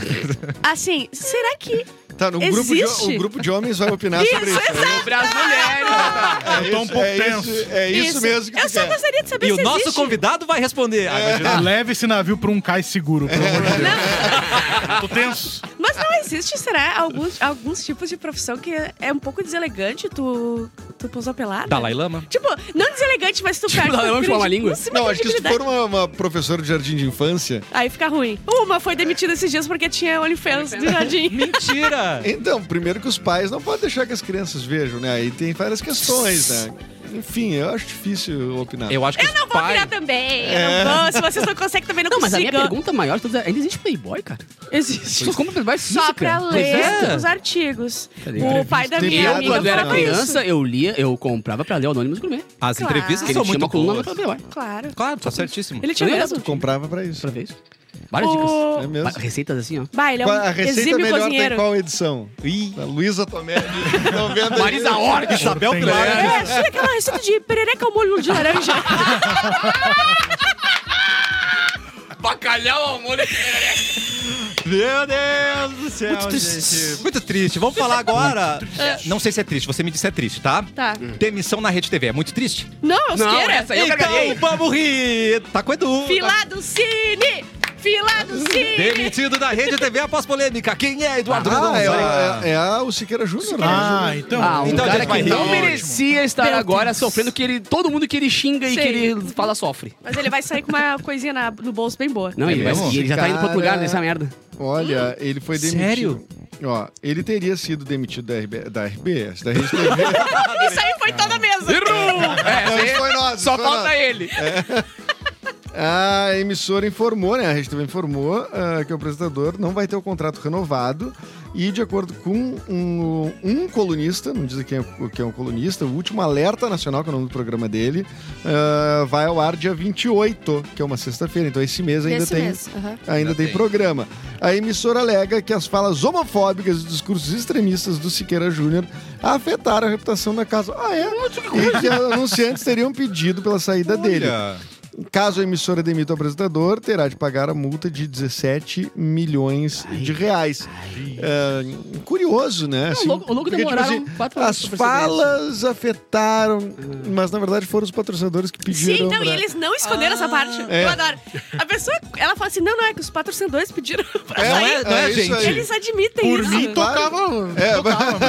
E: assim, será que.
C: Tá, no grupo de,
E: Existe?
C: o grupo de homens vai opinar sobre isso.
B: Sobre as mulheres. tá?
C: É
D: Eu tô um
C: isso-
D: pouco
C: é
D: tenso.
C: Isso, é isso, mesmo que
E: Eu
C: tu
E: só
C: quer.
E: gostaria de saber
A: E
E: se
A: o nosso
E: existe. É.
A: convidado vai responder. Ah, imagina.
D: Leve esse navio pra um cais seguro, pelo amor de Deus. Tô tenso.
E: Mas não existe, será? Alguns, alguns tipos de profissão que é um pouco deselegante tu, tu pousar pelada?
A: Dalai Lama.
E: Tipo, não elegante, mas tu
B: Tipo,
E: perde.
B: não,
E: tua
B: eu vou falar uma língua.
E: credibilidade.
C: Não, acho que se tu for um- uma, uma professora de jardim de infância.
E: Aí fica ruim. Uma foi demitida esses dias porque tinha OnlyFans no jardim.
A: Mentira!
C: Então, primeiro que os pais não podem deixar que as crianças vejam, né? Aí tem várias questões, né? Enfim, eu acho difícil opinar.
A: Eu acho que
E: Eu não
A: os
E: vou
A: pais.
E: virar também.
C: É.
E: Eu não vou. Se vocês não conseguem, também não,
B: Não, mas a
E: consigo.
B: minha pergunta maior de todas é, ainda existe Playboy, cara?
E: Existe.
B: Vocês compram Playboy
E: Só
B: física?
E: pra ler
A: é.
E: os artigos.
B: Tá ligado?
E: o pai da
C: Tem
E: minha
C: piada,
B: Eu,
E: amiga
B: quando
C: né?
E: era
B: era
C: Não.
B: criança, eu lia, eu comprava pra ler o Anônimos Gourmet.
A: As
E: Claro.
A: entrevistas
E: Que
B: Ele
A: são
B: tinha
A: muito
B: uma coluna
A: boas.
B: lá pra Playboy.
E: Claro.
A: Claro, tá certíssimo.
E: Ele tinha
B: Eu
E: mesmo.
C: Tu comprava pra isso.
B: Pra ver isso. Várias dicas.
E: O-
C: É mesmo.
B: Ba- Receitas assim, ó.
E: Bah, ele é um
C: Qual- a receita
E: exímio
C: melhor
E: cozinheiro.
C: tem qual edição? Da Luísa Tomé. de 90 e-
B: Org.
A: Isabel
D: Tem
A: Pilar.
D: ideia.
E: É, isso é aquela receita de perereca ao molho de laranja.
B: Bacalhau ao molho.
A: Meu Deus do céu, é muito gente. Muito triste. Vamos falar agora. Não sei se é triste, você me disse se é triste, tá?
E: Tá.
C: Hum.
A: Demissão na Rede TV. É muito triste? Então,
E: Não, eu
B: Não,
E: queira.
B: essa
C: é
B: aí eu caguei.
A: vamos rir! Tá com o Edu.
E: Fila do Cine! Fila do Cine!
A: Demitido da Rede TV após polêmica. Quem é Eduardo
C: Ah, é,
A: Mendonça?
C: a- é, a- o Siqueira Júnior. né?
D: Ah, então.
B: Ah, um
A: Então a
B: cara
A: gente vai rir.
B: que não
A: Ótimo.
B: merecia estar
E: Meu
B: agora
E: Deus.
B: sofrendo que ele... Todo mundo que ele xinga
E: Sim.
B: e que ele fala sofre.
E: Mas ele vai sair com uma coisinha na- no bolso bem boa.
B: Não,
A: É
B: ele, vai-
A: mesmo?
B: e ele já tá indo pra outro
C: Cara.
B: lugar nessa merda.
C: Olha,
B: Hum?
C: ele foi demitido.
A: Sério?
C: Ó, ele teria sido demitido da, RB, da RBS, da Rede TV.
B: É
E: Isso aí foi toda a mesa. É.
C: Não, isso então foi nosso,
B: Só
C: isso foi nosso.
B: falta ele.
C: A emissora informou, né? A Rede TV informou ah, que o apresentador não vai ter o contrato renovado. E de acordo com um, um colunista, não diz quem é, o- quem é um colunista, o último Alerta Nacional, que é o nome do programa dele, ah, vai ao ar dia 28, que é uma sexta-feira. Então esse mês ainda
E: Desse
C: tem.
E: mês, aham.
C: Ainda
A: Ainda
C: tem
A: tem.
C: programa. A emissora alega que as falas homofóbicas e discursos extremistas do Siqueira Júnior afetaram a reputação da casa. Ah, é? E que anunciantes teriam pedido pela saída dele. Caso a emissora demita o apresentador, terá de pagar a multa de 17 milhões de reais. É, curioso, né? Assim,
B: logo- logo demoraram quatro anos
C: As
B: pra perceber
C: falas afetaram, mas na verdade foram os patrocinadores que
E: Sim,
C: pediram.
E: não,
C: É.
E: e
C: pra- É.
E: eles não esconderam essa parte. Eu adoro. A pessoa, ela fala assim: não, não, é que os patrocinadores pediram pra
A: Não
E: sair.
A: é, não é,
C: É isso
A: gente.
C: aí.
E: Eles admitem
D: Por
E: isso.
D: mim, tocava.
C: É,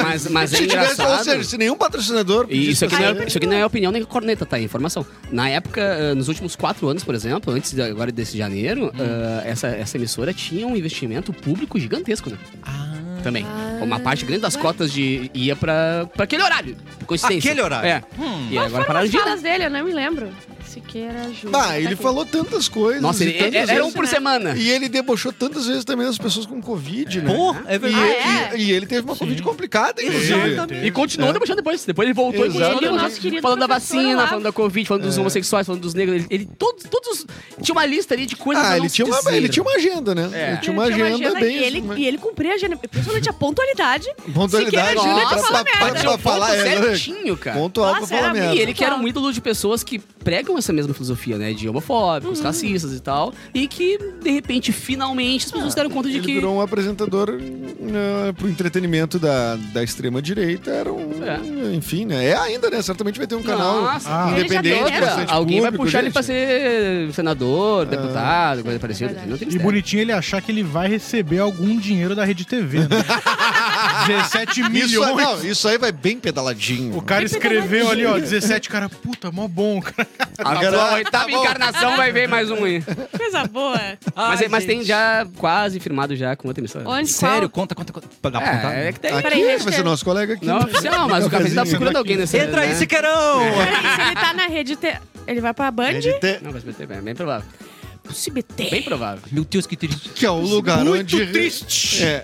B: Mas, mas é
C: se tivesse, ou
B: engraçado.
C: seja, se nenhum patrocinador
B: E isso aqui,
C: pra
B: não
C: sair-
B: é, isso aqui não é opinião nem corneta, tá? É informação. Na época, eh, nos últimos quatro anos, por exemplo, antes de- agora desse janeiro, eh, essa, essa emissora tinha um investimento público gigantesco, né? Também. Uma parte grande das cotas de ia pra, pra aquele horário. por Coincidência.
A: Aquele horário.
B: É. E agora pararam
E: As
B: de ir, né?
E: falas dele, eu não me lembro. Siqueira tá Júnior.
C: Bah, ele falou tantas coisas.
B: Nossa,
C: e
B: ele,
C: tantas
B: era um
C: vezes-
B: por
E: né?
B: semana.
C: E ele debochou tantas vezes também das pessoas com Covid, né?
A: Pô, é
C: E,
A: verdade.
E: Ah, é?
C: e- e ele teve uma Covid complicada, inclusive.
B: E continuou debochando depois. Depois ele voltou e
C: Exatamente.
B: continuou
C: Ele, o
E: nosso querido
B: debochando. É. Falando da
E: professor
B: vacina,
E: lá.
B: falando da Covid, falando dos homossexuais, falando dos negros. Ele, ele- todos, todos. os- Tinha uma lista ali de coisas. pra
C: Ah,
B: não
C: ele
B: se
C: tinha, uma,
B: dizer.
C: ele tinha uma agenda, né?
B: É.
C: Ele tinha uma agenda, bem. né?
E: E ele, e ele cumpria a agenda, principalmente a pontualidade.
C: Pontualidade.
E: Siqueira Júnior
C: Nossa,
E: pra falar
C: pra-
E: merda.
C: pra-
B: Tinha um
C: pra falar,
B: ponto
C: é, né?
B: certinho, cara.
C: Ponto alto pra
E: Nossa,
C: falar
E: era
C: merda.
B: E ele que era
E: Total.
B: um ídolo de pessoas que pregam essa mesma filosofia, né? De homofóbicos,
C: Uhum.
B: racistas e tal. E que, de repente, finalmente, as pessoas se deram conta de
C: Ele
B: que.
C: virou um apresentador né, pro entretenimento da, da extrema-direita. Era um.
B: É.
C: Enfim, né? É ainda, né? Certamente vai ter um canal
B: Nossa,
D: Ah.
B: ele já
C: independente,
E: era.
C: bastante
B: Alguém vai
C: público, Ah.
B: puxar ele
C: gente.
B: pra ser senador, deputado, coisa parecida.
E: verdade.
B: Não tem
D: E
B: mistério.
D: bonitinho ele achar que ele vai receber algum dinheiro da Rede TV, né? 17
C: Isso, aí-
D: milhões.
C: não, isso aí vai bem pedaladinho.
D: O cara escreveu ali, ó, 17, cara, puta, mó bom, cara.
B: A
C: Agora-
B: tua
C: tá
B: oitava
C: bom.
B: encarnação vai ver mais um aí.
E: Coisa boa.
B: mas,
C: Ah,
B: é,
A: Ai,
B: mas tem
A: gente.
B: já quase firmado já com outra emissora.
E: Onde
A: Sério, conta, conta, conta. tá? Dá pra contar?
B: É, é que tem.
C: Ah, tá. Aqui
E: Peraí, deixa
C: vai ser
E: eu-
C: nosso colega aqui.
B: Não é oficial, mas o cafezinho tá procurando alguém nessa.
A: Entra aí,
B: né?
A: Siqueirão!
E: Peraí, se ele tá na rede. Te... Ele vai pra Band?
C: Ele tem-
B: Não, mas é bem, bem provável.
E: Pro CBT.
B: Bem provável.
A: Meu Deus, que triste.
C: Que é o lugar
D: Muito
C: onde.
D: triste.
C: É.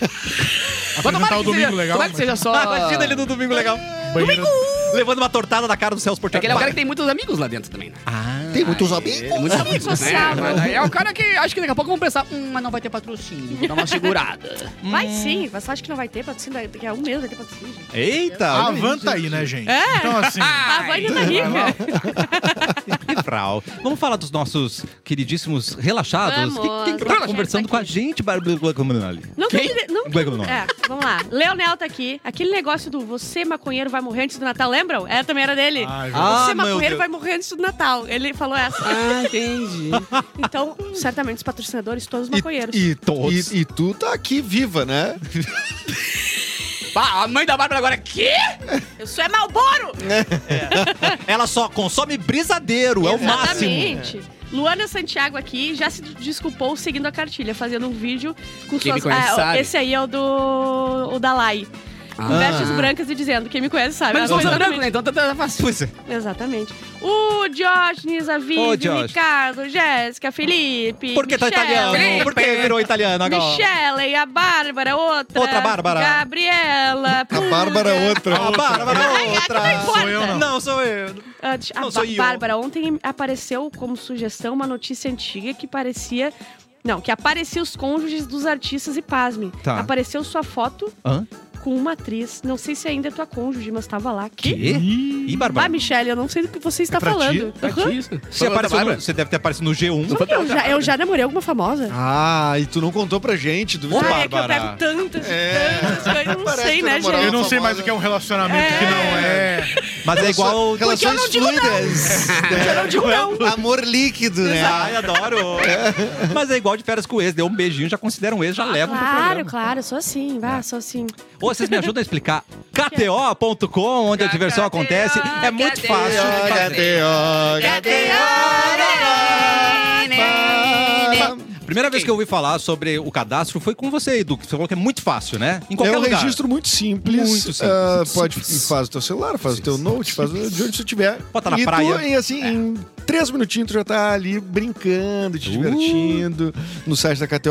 B: Mas tomara
D: Apresentar o
B: que
D: domingo
B: seja-
D: legal.
B: Tomara é que seja só...
A: Ah, Imagina ele no domingo legal.
D: Banheiro-
A: Levando uma tortada na cara do Celso
B: Porque
A: Portioli.
B: ele é um cara que tem muitos amigos lá dentro também, né?
D: Ah,
C: Tem muitos amigos.
B: É, muitos amigos, né?
E: Sábado.
B: Mas aí É o cara que acho que daqui a pouco vão pensar, hum, mas não vai ter patrocínio, vou dar uma segurada.
E: Vai sim, mas você acha que não vai ter patrocínio? Daqui a um mês vai ter patrocínio. gente.
A: Eita,
D: A
A: olha
D: van tá aí, né, gente?
E: É.
D: Então, assim...
E: A Band tá rica.
A: Que frau. Vamos falar dos nossos queridíssimos relaxados.
E: Vamos,
A: Quem- Quem tá
E: relaxados
A: conversando
E: aqui.
A: com a gente, Bárbara Guacamole?
E: Não
B: Quem?
E: tem que- Não
A: Como é que é o nome?
E: É, vamos lá. Leonel tá aqui. Aquele negócio do você maconheiro vai morrer antes do Natal, lembram? É, também era dele.
D: Ah,
E: você
A: Ah, meu
E: maconheiro
A: Deus.
E: vai morrer antes do Natal. Ele falou essa.
B: Ah, entendi.
E: Então, certamente os patrocinadores, todos
C: E- tá
E: maconheiros.
C: E,
A: Todos.
C: E, e tu tá aqui viva, né?
B: Pá, a mãe da Bárbara agora, quê?
F: Isso é Malboro!
A: Ela só consome brisadeiro, é o máximo.
E: Exatamente. Luana Santiago aqui já se desculpou seguindo a cartilha, fazendo um vídeo com
B: Quem me
E: suas.
B: conhece sabe.
E: esse aí é o do. o da Lai.
A: Ah.
E: Com vestes brancas e dizendo, quem me conhece sabe.
B: Mas
E: Ela
B: não
E: foi
B: sou branco,
E: exatamente-
B: né? Então tá, tá fácil.
A: Pois é.
E: Exatamente. O Diógenes, a
A: Ô,
E: Vivi,
A: Diógenes.
E: Ricardo, Jéssica, Felipe.
A: Por que tá
E: Michele,
A: italiano? Por que virou italiano agora?
E: Michele, a Bárbara, outra.
A: Outra Bárbara.
E: Gabriela.
C: A Bárbara é outra.
A: Ah, Bárbara, outra.
D: Sou eu, não.
A: Não, sou eu.
E: Ah, deixa-
A: Não,
E: a
A: sou
E: Ba-
A: eu.
E: Bárbara, ontem apareceu como sugestão uma notícia antiga que parecia. Não, que aparecia os cônjuges dos artistas e pasme.
A: Tá.
E: Apareceu sua foto
A: Hã?
E: com uma atriz. Não sei se ainda é tua cônjuge, mas tava lá. Que?
A: Quê? Ih,
E: Ah,
A: Bárbara.
E: Michelle, eu não sei do que
A: É
E: você está falando. Aham.
A: Você, apareceu no- você deve ter aparecido no G1.
E: Como que eu, já, eu já namorei alguma famosa?
C: Ah, e tu não contou pra gente, do
A: Ô,
E: Ah, é que eu
A: Bárbara.
E: pego tantas,
C: É.
E: tantas coisas, eu não
C: Parece
E: sei,
C: que
E: né,
C: namorou.
E: gente?
D: Eu não sei
C: famosa.
D: mais o que é um relacionamento que não é.
A: Mas é igual.
C: Relações fluidas.
E: Eu um não digo não.
C: Amor líquido,
A: É,
C: né?
A: Ai, adoro. Mas é igual de férias com o ex. Deu um beijinho, já considera um ex, já leva pro
E: Ah, Claro,
A: programa.
E: claro, sou assim, vá, sou assim.
A: Ô, vocês me ajudam a explicar? KTO.com, onde a diversão acontece. É muito fácil. de fazer.
C: É né?
A: Primeira vez que eu ouvi falar sobre o cadastro foi com você, Edu. que Você falou que é muito fácil, né? Em qualquer
C: é um
A: lugar.
C: registro muito simples.
A: Muito simples.
C: Ah, pode faz o teu celular, faz o teu note, faz de onde você tiver.
A: Bota na
C: e
A: praia. É.
C: Tu, em, assim, em três minutinhos tu já tá ali brincando,
A: Uh.
C: te divertindo no site da KTO.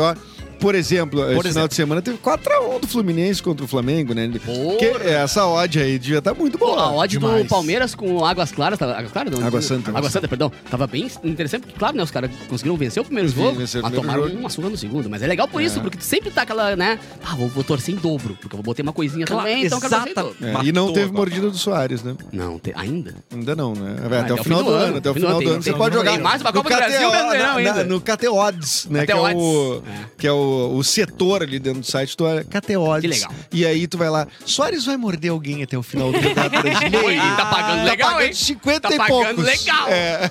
C: Por exemplo, esse
A: exemplo.
C: final de semana teve 4x1 do Fluminense contra o Flamengo, né? Porque essa odd aí já tá muito
B: Pô,
C: boa.
B: a odd
C: Demais.
B: do Palmeiras com o Águas Claras, tava, Águas Claras não?
C: Água Santa.
B: Água Santa, perdão. Tava bem interessante, porque claro, né, os caras conseguiram vencer o primeiro
C: Conseguiram
B: jogo, mas
C: vencer o primeiro
B: tomaram
C: jogo.
B: uma surra no segundo. Mas é legal por isso, porque tu sempre tá aquela, né, ah, vou, vou torcer em dobro, porque eu vou botar uma coisinha
A: Claro,
B: também, então eu quero torcer em
A: exata-
B: dobro.
C: É,
A: Matou
C: e não teve
A: agora.
C: mordida do Soares, né?
B: Não, tem- ainda?
C: Ainda não, né? Até,
B: Ah, até
C: o final do ano, até o final
B: tem-
C: do ano você
B: tem-
C: pode
B: tem
C: jogar.
B: mais uma
C: no
B: Copa do Brasil,
C: KTO,
B: Brasileirão
C: na- na-
B: ainda.
C: No KT Odds, né? Que é, o,
B: KTOdds, é.
C: que é o, o setor ali dentro do site, tu olha KT Odds.
B: Que legal.
C: E aí tu vai lá, Soares vai morder alguém até o final do Campeonato Brasileiro.
B: Ih, tá pagando legal,
C: pagando
B: hein?
C: 50
B: Tá
C: e
B: pagando
C: poucos.
B: legal.
C: É.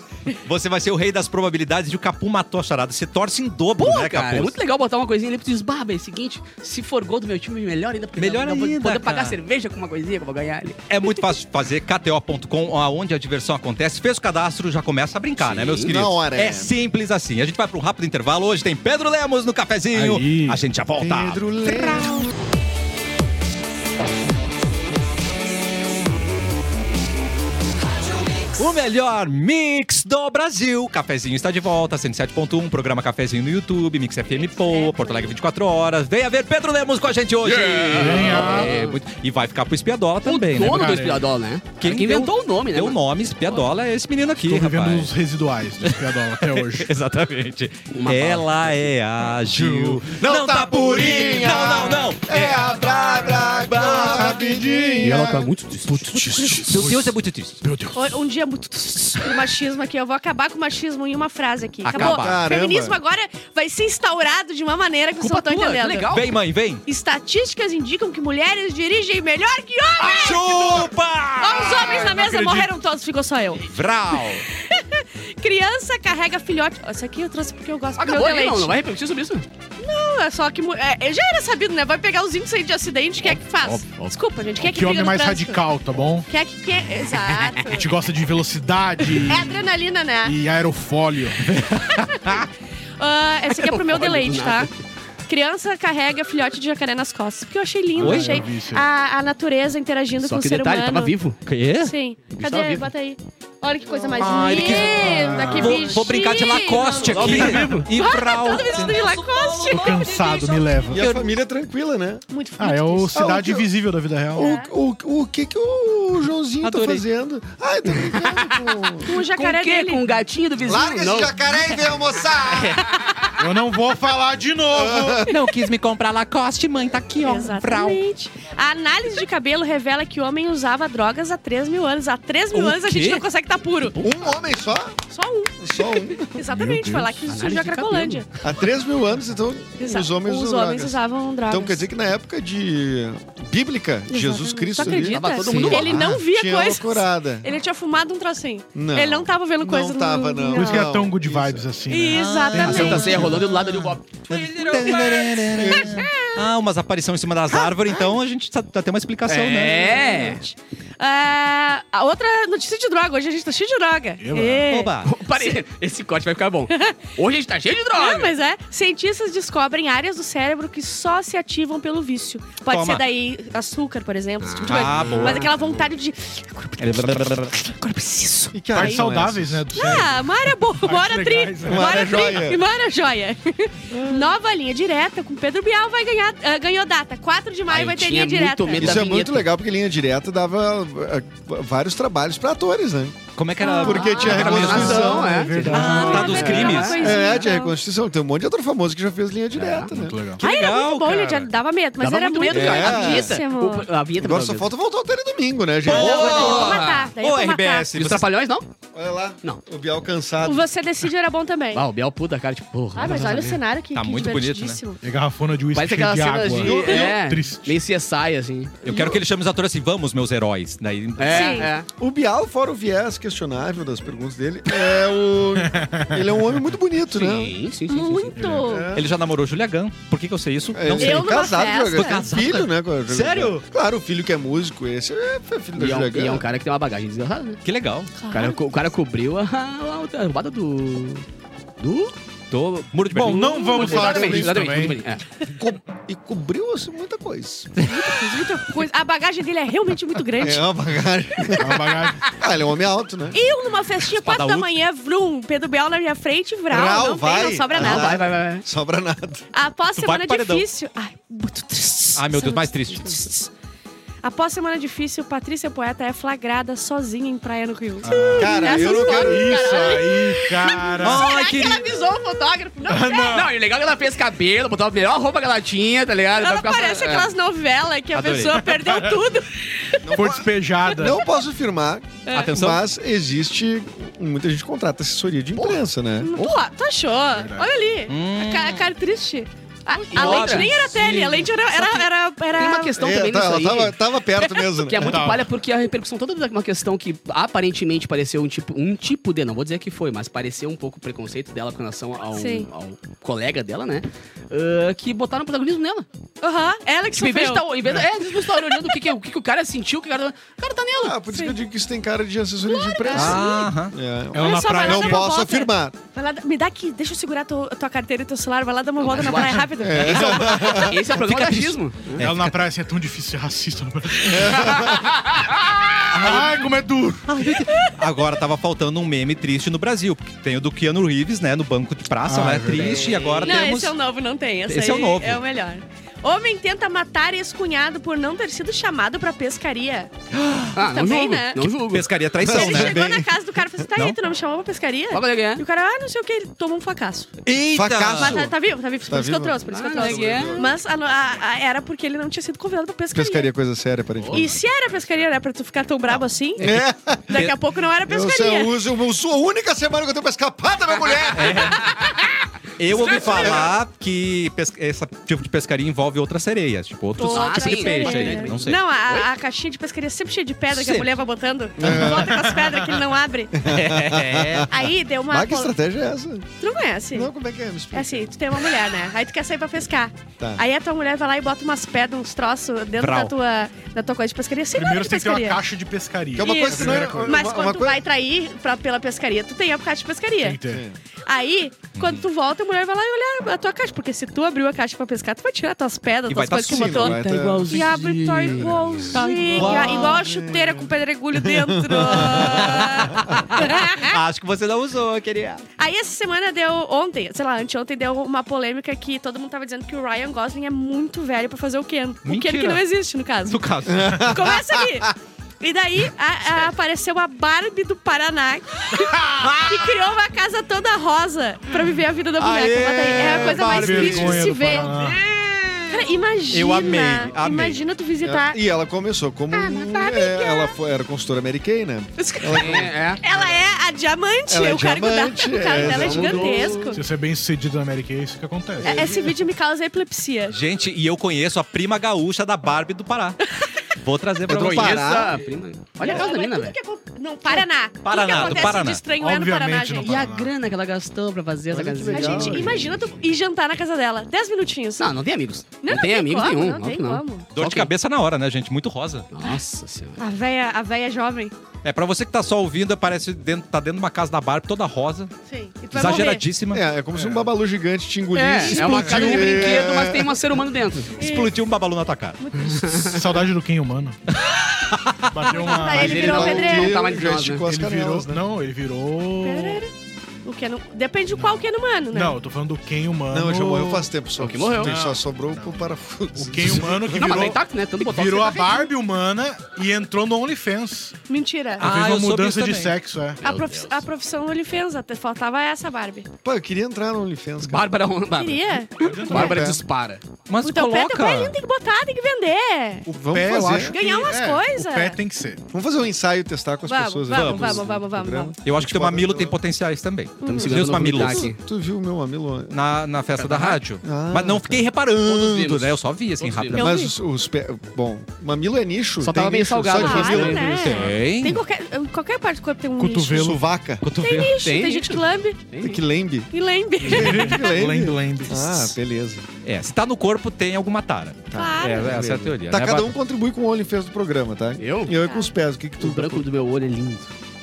A: Você vai ser o rei das probabilidades de o Capu matou a charada. Você torce em dobro,
B: Pô,
A: né,
B: cara, é
A: Capu?
B: muito legal botar uma coisinha ali pra tu diz, bah, velho, é o seguinte, se for gol do meu time, melhor ainda, porque
A: Melhor
B: eu vou
A: ainda,
B: poder pagar
A: cara.
B: cerveja com uma coisinha que eu vou ganhar ali.
A: É muito fácil de fazer, kto.com, onde a diversão acontece. Fez o cadastro, já começa a brincar, né, meus queridos?
C: na hora.
A: É simples assim. A gente vai para um rápido intervalo. Hoje tem Pedro Lemos no cafezinho.
D: Aí.
A: A gente já volta.
C: Pedro Leão.
A: O melhor mix do Brasil. Cafezinho está de volta, 107.1, programa Cafezinho no YouTube, Mix FM Pô, Porto Alegre 24 horas. Venha ver Pedro Lemos com a gente hoje. É, muito- E vai ficar pro Espiadola também,
B: o dono
A: né?
B: do
D: cara?
B: Espiadol, né? Quem,
A: deu-
B: inventou o nome, né?
A: Deu o
B: mano?
A: nome, Espiadola, é esse menino aqui,
D: Tô vivendo
A: rapaz.
D: uns residuais do Espiadola até hoje.
A: Exatamente.
B: Uma
A: Ela é ágil.
C: Não tá purinha.
A: Não, não, não.
C: É a Bra Bra Bra
D: E
C: rapidinha.
D: ela tá muito triste.
A: Meu Deus, é muito triste.
D: Meu Deus.
E: Um dia muito pro machismo aqui. Eu vou acabar com o machismo em uma frase aqui. Acabou.
A: Acaba.
C: Caramba.
E: Feminismo agora vai ser instaurado de uma maneira que vocês não
B: Culpa
E: estão
B: tua, que
E: entendendo.
B: legal.
A: Vem, mãe, vem.
E: Estatísticas indicam que mulheres dirigem melhor que homens!
A: Chupa!
E: Os homens na mesa morreram todos, ficou só eu.
A: Vral.
E: Criança carrega filhote. Isso aqui eu trouxe porque eu gosto do meu
B: Acabou aí,
E: leite.
B: não, não vai repetir sobre isso.
E: Não, é só que. mu- É, é, já era sabido, né? Vai pegar os índices aí de acidente, quem é que faz?
D: Óbvio, óbvio.
E: Desculpa, gente. Quem é que,
D: Que
E: briga
D: homem
E: no
D: mais
E: trânsito?
D: radical, tipo- tá bom?
E: Quem é que. Quem é- Exato.
D: A gente gosta de velocidade
E: É adrenalina, né?
D: e aerofólio.
E: Ah, essa aqui é pro meu
B: Olha,
E: deleite,
B: do
E: tá?
B: nada.
E: Criança carrega filhote de jacaré nas costas. Porque eu achei lindo,
D: Oi?
E: achei
D: Eu vi isso aí.
E: a, a natureza interagindo
B: Só
E: com
B: que
E: o ser
B: detalhe,
E: humano.
B: tava vivo.
A: Quê?
E: Sim.
B: tava
E: Cadê?
B: vivo.
E: Bota aí. Olha que coisa mais
A: Ah, ele
E: linda.
A: quis-
E: Que
A: Vou, vou brincar de
E: bichinho.
A: Lacoste aqui. E Vral.
E: Todo vestido de Lacoste.
D: Tô cansado, me leva.
C: E a
B: é
C: família tranquila, né?
E: Muito
D: Ah, é
E: muito
D: o
E: triste.
D: Cidade
C: Ah, o que-
D: Invisível da vida real.
C: O, o, o que que o Joãozinho tá
A: Adorei.
C: fazendo? Ai, tá brincando com...
E: Com o
B: Com o
E: jacaré
B: quê?
E: dele.
B: Com um o gatinho do vizinho? não.
C: jacaré e vem almoçar!
D: Eu não vou falar de novo.
A: Não quis me comprar Lacoste, mãe. Tá aqui, ó. Vral.
E: Exatamente. A análise de cabelo revela que o homem usava drogas há 3 mil anos. Há 3 mil
A: O
E: anos a gente
A: quê?
E: não consegue estar puro.
C: Um homem só?
E: Só um.
C: Só um.
E: Exatamente. Foi lá que surgiu
B: Análise
E: a
B: de
E: Cracolândia.
C: Há 3 mil anos, então, os
E: Exato.
C: homens
E: Os
C: usam
E: homens
C: drogas.
E: usavam drogas.
C: Então quer dizer que na época de bíblica, Jesus
E: Exatamente.
C: Cristo
E: Tu acredita?
B: Tava todo mundo
E: Sim.
B: lá.
E: Ele não via
C: tinha
E: coisas.
C: loucurada.
E: Ele tinha fumado um trocinho.
C: Não.
E: Ele não tava vendo coisa
C: Não
E: no-
C: tava, não.
D: Por isso que é tão
C: Não,
D: good
C: isso.
B: Ah, tá
D: vibes assim. né?
E: Exatamente.
B: A Santa Ceia rolando e do lado ali o Bob.
A: Ah, umas aparições em cima das árvores, então a gente tá, tá tem uma explicação, né?
B: É.
E: Ah, a outra notícia de droga. Hoje a gente tá cheio de droga.
D: Eba.
E: É.
A: Oba!
B: Parei, esse corte vai ficar bom. Hoje a gente tá cheio de droga.
E: Não, mas é. Cientistas descobrem áreas do cérebro que só se ativam pelo vício. Pode
A: Toma.
E: ser daí açúcar, por exemplo, esse tipo de coisa.
A: Ah, boa.
E: Mas aquela vontade de. Agora eu preciso. Agora eu preciso.
C: E que
D: Partes
C: áreas são
D: saudáveis, né?
C: essas?
D: Do
E: é Ah, uma área boa, uma área tri,
D: legais, né?
E: uma área
C: joia.
E: tri, uma área joia. Nova linha direta com Pedro Bial vai ganhar, ah, ganhou data. 4 de maio
B: Ai,
E: vai ter
B: tinha
E: linha direta.
B: muito medo
C: Isso
B: da
C: é muito
B: vinheta.
C: legal, porque linha direta dava ah, vários trabalhos pra atores, né?
A: Como é que era?
C: Porque tinha né?
A: era
C: reconstrução.
B: Razão, é.
D: Ah, É verdade.
A: Ah, tá dos
E: Ah,
A: crimes.
E: coisinha.
C: É, de reconstrução. Tem um monte de ator famoso que já fez linha direta, né?
D: Muito legal.
A: Que
E: Ai, Ah, era
A: legal,
E: muito bom,
A: cara.
E: gente. Dava medo, mas
B: Dava
E: era
B: muito
E: muito
B: medo,
A: É.
B: cara. A
E: divertidíssimo.
B: vinheta. O- A vinheta
C: Agora
B: dava
C: só
B: medo.
C: falta voltar o Tele Domingo, né, gente?
E: Vou
B: Boa!
E: matar, daí eu
A: Ô,
E: vou matar.
A: RBS,
B: E os
A: você-
B: Trapalhões, não?
C: Olha lá.
B: Não.
C: O Bial cansado.
E: O Você Decide era bom também.
B: Ah, o Biel puta, cara, tipo, porra.
E: Ah, mas olha o cenário que
A: Tá
E: que
A: muito bonito, né?
E: divertidíssimo.
D: E É garrafona de uísque
B: Parece
D: cheia
B: aquelas
D: de água.
B: cenas de. É,
D: Triste.
B: meio CSI, assim.
A: Eu quero que ele chame os atores assim, vamos, meus heróis. Daí...
B: É,
E: Sim.
B: é.
C: O Bial, fora o viés questionável das perguntas dele, é o. Ele é um homem muito bonito, né?
B: Sim, sim, sim. sim,
E: Muito!
B: sim.
A: Ele já namorou Julia Gunn. Por que, que eu sei isso?
C: É,
A: Não sei.
E: Eu numa
C: casado,
E: festa.
C: Jorge.
E: Tô
C: Tem
A: casado.
C: filho, né? com a Julia
A: Sério?
C: Gunn. Claro, o filho que é músico, esse é filho da
B: E é, um,
C: Julia
B: e é um
C: Gunn.
B: cara que tem uma bagagem desgraçada, né?
A: Que legal.
B: O cara, co- o cara cobriu a, a, a roubada do. Do.
A: Tô... Muro de
D: Bom,
A: Berlim.
D: não vamos falar
B: exatamente,
D: sobre isso
B: exatamente.
D: também.
B: muito bem, é.
C: Co- E cobriu assim, muita coisa.
E: Fiz muita coisa. A bagagem dele é realmente muito grande.
C: É uma bagagem.
D: É uma bagagem.
C: Ah, ele é um homem alto, né?
E: Eu numa festinha, quatro da
A: Espadaúdo.
E: manhã, vrum, Pedro Bial na minha frente, vral,
C: Vral,
E: não
C: vai.
E: tem, não sobra
C: Ah,
E: É nada.
B: Vai, vai, vai. vai.
C: Sobra nada.
E: Após
A: Tu vai
E: semana
A: pro paredão.
E: difícil... Ai, muito triste. é
A: Ai, meu Deus, mais triste.
E: Muito triste. Após semana difícil, Patrícia Poeta é flagrada sozinha em praia no Rio.
C: Ah. Cara,
E: Essas
C: eu não quero
D: Isso aí, cara.
A: Ai,
F: que
A: querido.
F: ela avisou o fotógrafo?
D: Ah,
F: Não,
B: Não, e o legal é que ela fez cabelo, botou a melhor roupa que ela tinha, tá ligado? Vai
E: Ela
B: ficar-
E: parece
B: é.
E: aquelas novelas que a
A: Adorei.
E: pessoa perdeu tudo.
D: Foi despejada.
C: Não posso afirmar,
A: Atenção.
C: mas existe. Muita gente contrata assessoria de imprensa, né?
E: Pô, tu achou? Olha ali. A,
B: Hum.
E: ca- a cara triste. A, a
B: olha,
E: lente nem era tele, a lente era. era, era, era-
B: Tem uma questão
C: É,
B: também
C: tá,
B: nisso
C: ela
B: aí.
C: Tava, tava perto mesmo. né?
B: Que é muito
D: Tá.
B: palha porque a repercussão toda de uma questão que aparentemente pareceu um tipo, um tipo de, não vou dizer que foi, mas pareceu um pouco o preconceito dela com relação ao,
E: Sim.
B: ao colega dela, né? Ah, que botaram protagonismo nela.
E: Aham, ela que
B: Tipo, em vez
E: sofreu.
B: de tá, em vez de, é, eles não estavam olhando o que, que, o que, que o cara sentiu, o que o cara. O cara tá nela.
C: Ah, por isso que eu digo que isso tem cara de assessoria de
E: tá
C: imprensa.
A: Ah,
E: assim?
A: aham.
C: É.
B: um-
D: Ela
E: Olha
D: na
E: só, vai
D: praia.
E: lá
C: Não
E: dar uma
C: posso
E: volta.
C: afirmar.
E: Vai lá, me dá aqui, deixa eu segurar teu- tua, carteira e teu celular, vai lá dar uma volta
B: mas
E: na
B: eu
E: praia
B: acho-
E: rápido.
B: Esse é o problema do
A: Fica
B: achismo.
D: Ela na praia assim é tão difícil ser racista no Brasil. Ai, como é duro.
A: Agora tava faltando um meme triste no Brasil. Porque tem o do Keanu Reeves, né? No banco de praça,
D: Ah,
A: né?
D: é verdade.
A: Triste. E agora
E: Não,
A: temos.
E: esse é o novo, não tem. Esse,
A: Esse é o
E: aí
A: novo.
E: É o melhor. Homem tenta matar ex-cunhado por não ter sido chamado pra pescaria.
B: Ah, não
E: Também,
B: julgo.
E: né?
B: Não julgo.
A: Pescaria traição,
E: ele
A: né?
E: chegou na casa do cara e falou assim: tá
A: Não?
E: aí, tu não me chamou pra pescaria?
B: Só pra ganhar.
E: E o cara, ah, não sei o que, ele tomou um fracasso.
A: Eita!
C: Facaço.
E: Mas tá, tá vivo, tá vivo, por
C: Tá
E: isso
C: vivo?
E: que eu trouxe, por isso que eu
B: Ah,
E: trouxe.
B: legal.
E: Mas a- a- a- era porque ele não tinha sido convidado pra pescaria.
C: Pescaria é coisa séria, aparentemente.
E: E se era pescaria, era pra tu ficar tão brabo assim? Daqui a pouco não era
C: É. Eu, eu
E: pescaria.
C: uso eu sou a única semana que eu tenho pra escapar da minha mulher.
A: Eu ouvi
E: né?
A: falar que pes- esse tipo de pescaria envolve outras sereias, tipo outros
E: Outra
A: tipos de
B: sereia.
A: peixe. aí, né? Não sei.
E: Não, a, a caixinha de pescaria é sempre cheia de pedra que
A: Sempre.
E: a mulher vai botando.
C: É.
E: Volta com as pedras que ele não abre.
A: É.
E: Aí deu uma.
C: Mas que estratégia é essa?
E: Tu não conhece?
C: Não, como é que é? Me
E: É
C: explica.
E: assim, tu tem uma mulher, né? Aí tu quer sair pra pescar.
C: Tá.
E: Aí a tua mulher vai lá e bota umas pedras, uns troços dentro
A: Brau.
E: da tua, da tua coisa de pescaria. Sempre
D: Primeiro
E: Primeiro
D: você tem
E: de
D: que ter uma
E: pescaria.
D: caixa de pescaria.
C: Que é uma coisa que não é-
D: Primeira coisa.
E: Mas
C: Uma-
E: quando
C: uma
E: tu
C: coisa-
E: vai trair pra- pela pescaria, tu tem a caixa de pescaria.
D: Tem que ter.
E: Aí,
C: Uhum.
E: quando tu volta, a mulher vai lá e olha a tua caixa. Porque se tu abriu a caixa pra pescar, tu vai tirar tuas pedras,
A: E vai
E: tuas
A: tá
E: coisas que
A: sujo,
E: botou.
C: vai tá-
E: E abre tua igualzinha. Igual a chuteira com pedregulho dentro.
A: Acho que você não usou, queria.
E: Aí essa semana deu, ontem, sei lá, anteontem deu uma polêmica que todo mundo tava dizendo que o Ryan Gosling é muito velho pra fazer o Ken. O
A: Mentira.
E: Ken que não existe, no caso.
A: No caso.
E: Começa ali. E daí a- a- apareceu a Barbie do Paraná, que criou uma casa toda rosa pra viver a vida da boneca.
A: Aê,
E: Bota aí. é a coisa mais
A: Barbie.
E: triste de
D: Vergonha
E: se
D: do
E: ver.
D: Paraná.
E: Cara, imagina.
A: Eu amei, amei.
E: Imagina tu visitar.
C: Ela- é, E ela começou como.
E: tá. Ah, mas tá
C: é, ela foi- era consultora Mary Kay, né?
B: É, é.
E: Ela é a diamante.
C: Ela é
E: o cargo da-
C: diamante,
E: o cargo
C: é,
E: dela é
C: ela mudou.
E: gigantesco.
D: Se você é bem sucedido na América, é isso que acontece.
E: É, Esse vídeo me causa epilepsia.
A: Gente, e eu conheço a prima gaúcha da Barbie do Pará. Vou trazer pra
C: Eu
A: vocês.
C: conheço.
B: Conheça a prima. Olha a casa da mina,
E: Tudo
B: velho.
E: é que acon- Não, Paraná. Tudo que
A: Paraná, do
E: acontece
A: Paraná.
E: de estranho é no Paraná,
D: Obviamente no
E: gente.
B: E a
D: Paraná.
B: grana que ela gastou pra fazer essa
C: Olha que
B: casinha.
E: é. A
C: Legal,
E: gente,
C: gente.
E: imagina tu ir jantar na casa dela. Dez minutinhos.
B: Não, não tem amigos. Não,
E: não
B: tem, amigos
E: como,
B: nenhum.
E: Não
B: óbvio
E: tem
B: que não.
E: como.
A: Dor de
B: Ok.
A: cabeça na hora, né, gente? Muito rosa.
B: Nossa senhora.
E: A véia, a véia jovem.
A: É, pra você que tá só ouvindo, parece dentro, tá dentro de uma casa da Barbie toda rosa,
E: Sim. E tu vai morrer.
A: exageradíssima.
C: É, é como se um babalu gigante te engolisse.
B: É, é uma
C: explodisse.
B: casa de brinquedo,
C: É.
B: mas tem um ser humano dentro.
A: Explodiu um babalu na tua cara.
D: Saudade do Ken humano. Bateu uma.
E: Daí ele
B: ele
E: virou
B: não-
E: um pedreiro.
B: não tá mais
C: já
B: nós, né?
C: esticou as
D: Ele virou.
C: canelas, né?
D: Não, ele virou.
E: Pedreiro. O que é no... Depende de qual que é no mano, né?
D: Não, eu tô falando do Ken humano.
C: Não, já morreu faz tempo só.
B: O que morreu.
C: Tem- Só
D: Não.
C: sobrou o parafuso.
D: O Ken humano que
B: Não, mas tá
D: virou.
B: intacto, né? Tanto botox
D: Virou
B: que tá
D: a
B: feito.
D: Barbie humana e entrou no OnlyFans.
E: Mentira.
A: Ah,
D: fez
A: eu
D: uma
A: soube
D: mudança
A: isso
D: de
A: também.
D: sexo, é.
E: a, prof- a profissão ele fez, até faltava essa Barbie.
C: Pô, eu queria entrar no OnlyFans, cara.
B: Bárbara Bárbara.
E: Queria. Então,
B: Bárbara
C: É.
B: dispara.
A: Mas
E: O teu pé,
A: coloca.
E: teu pé lindo, tem que botar, tem que vender.
C: O
D: Vamos
C: pé, eu acho.
E: Ganhar umas coisas.
D: é, O pé tem que ser.
C: Vamos fazer um ensaio testar com as
E: Vamos,
C: pessoas.
E: vamos,
C: depois
E: vamos,
C: do
E: vamos, vamos,
C: programa.
A: Eu acho que teu
C: Tipo,
A: mamilo
C: eu-
A: tem potenciais também.
E: Hum.
A: Meus
B: Estamos Tá segurando no
A: mamilos.
B: aqui.
C: Tu viu o meu mamilo? ontem?
A: Na, na festa da rádio.
C: Ah,
A: Mas não fiquei
B: Todos
A: reparando,
B: vimos.
A: né? Eu só vi, assim,
B: Todos
A: rápido.
E: Eu
C: Mas
E: vi.
C: os, os pé... Bom, mamilo é nicho.
B: Só
C: tem
B: tava meio
C: nicho,
B: salgado,
C: Só Ah, de
B: mas-
E: Claro,
C: mamilo.
E: né?
A: Tem?
E: Tem qualquer, em qualquer parte do corpo tem um nicho.
D: Cotovelo.
C: Suvaca.
A: Cotovelo.
E: Tem, tem gente que lambe
C: Que lembre.
E: e lembre.
C: Que lembre.
D: Lendo, lendo.
C: Ah, beleza.
A: É, se tá no corpo, tem alguma tara.
E: Claro.
A: É, essa é a teoria.
C: Tá,
A: né?
C: cada
A: Vai-
C: um contribui com o OnlyFans do programa, tá?
B: Eu?
C: E eu com os pés. O que que tu...
B: O branco do meu olho é lindo.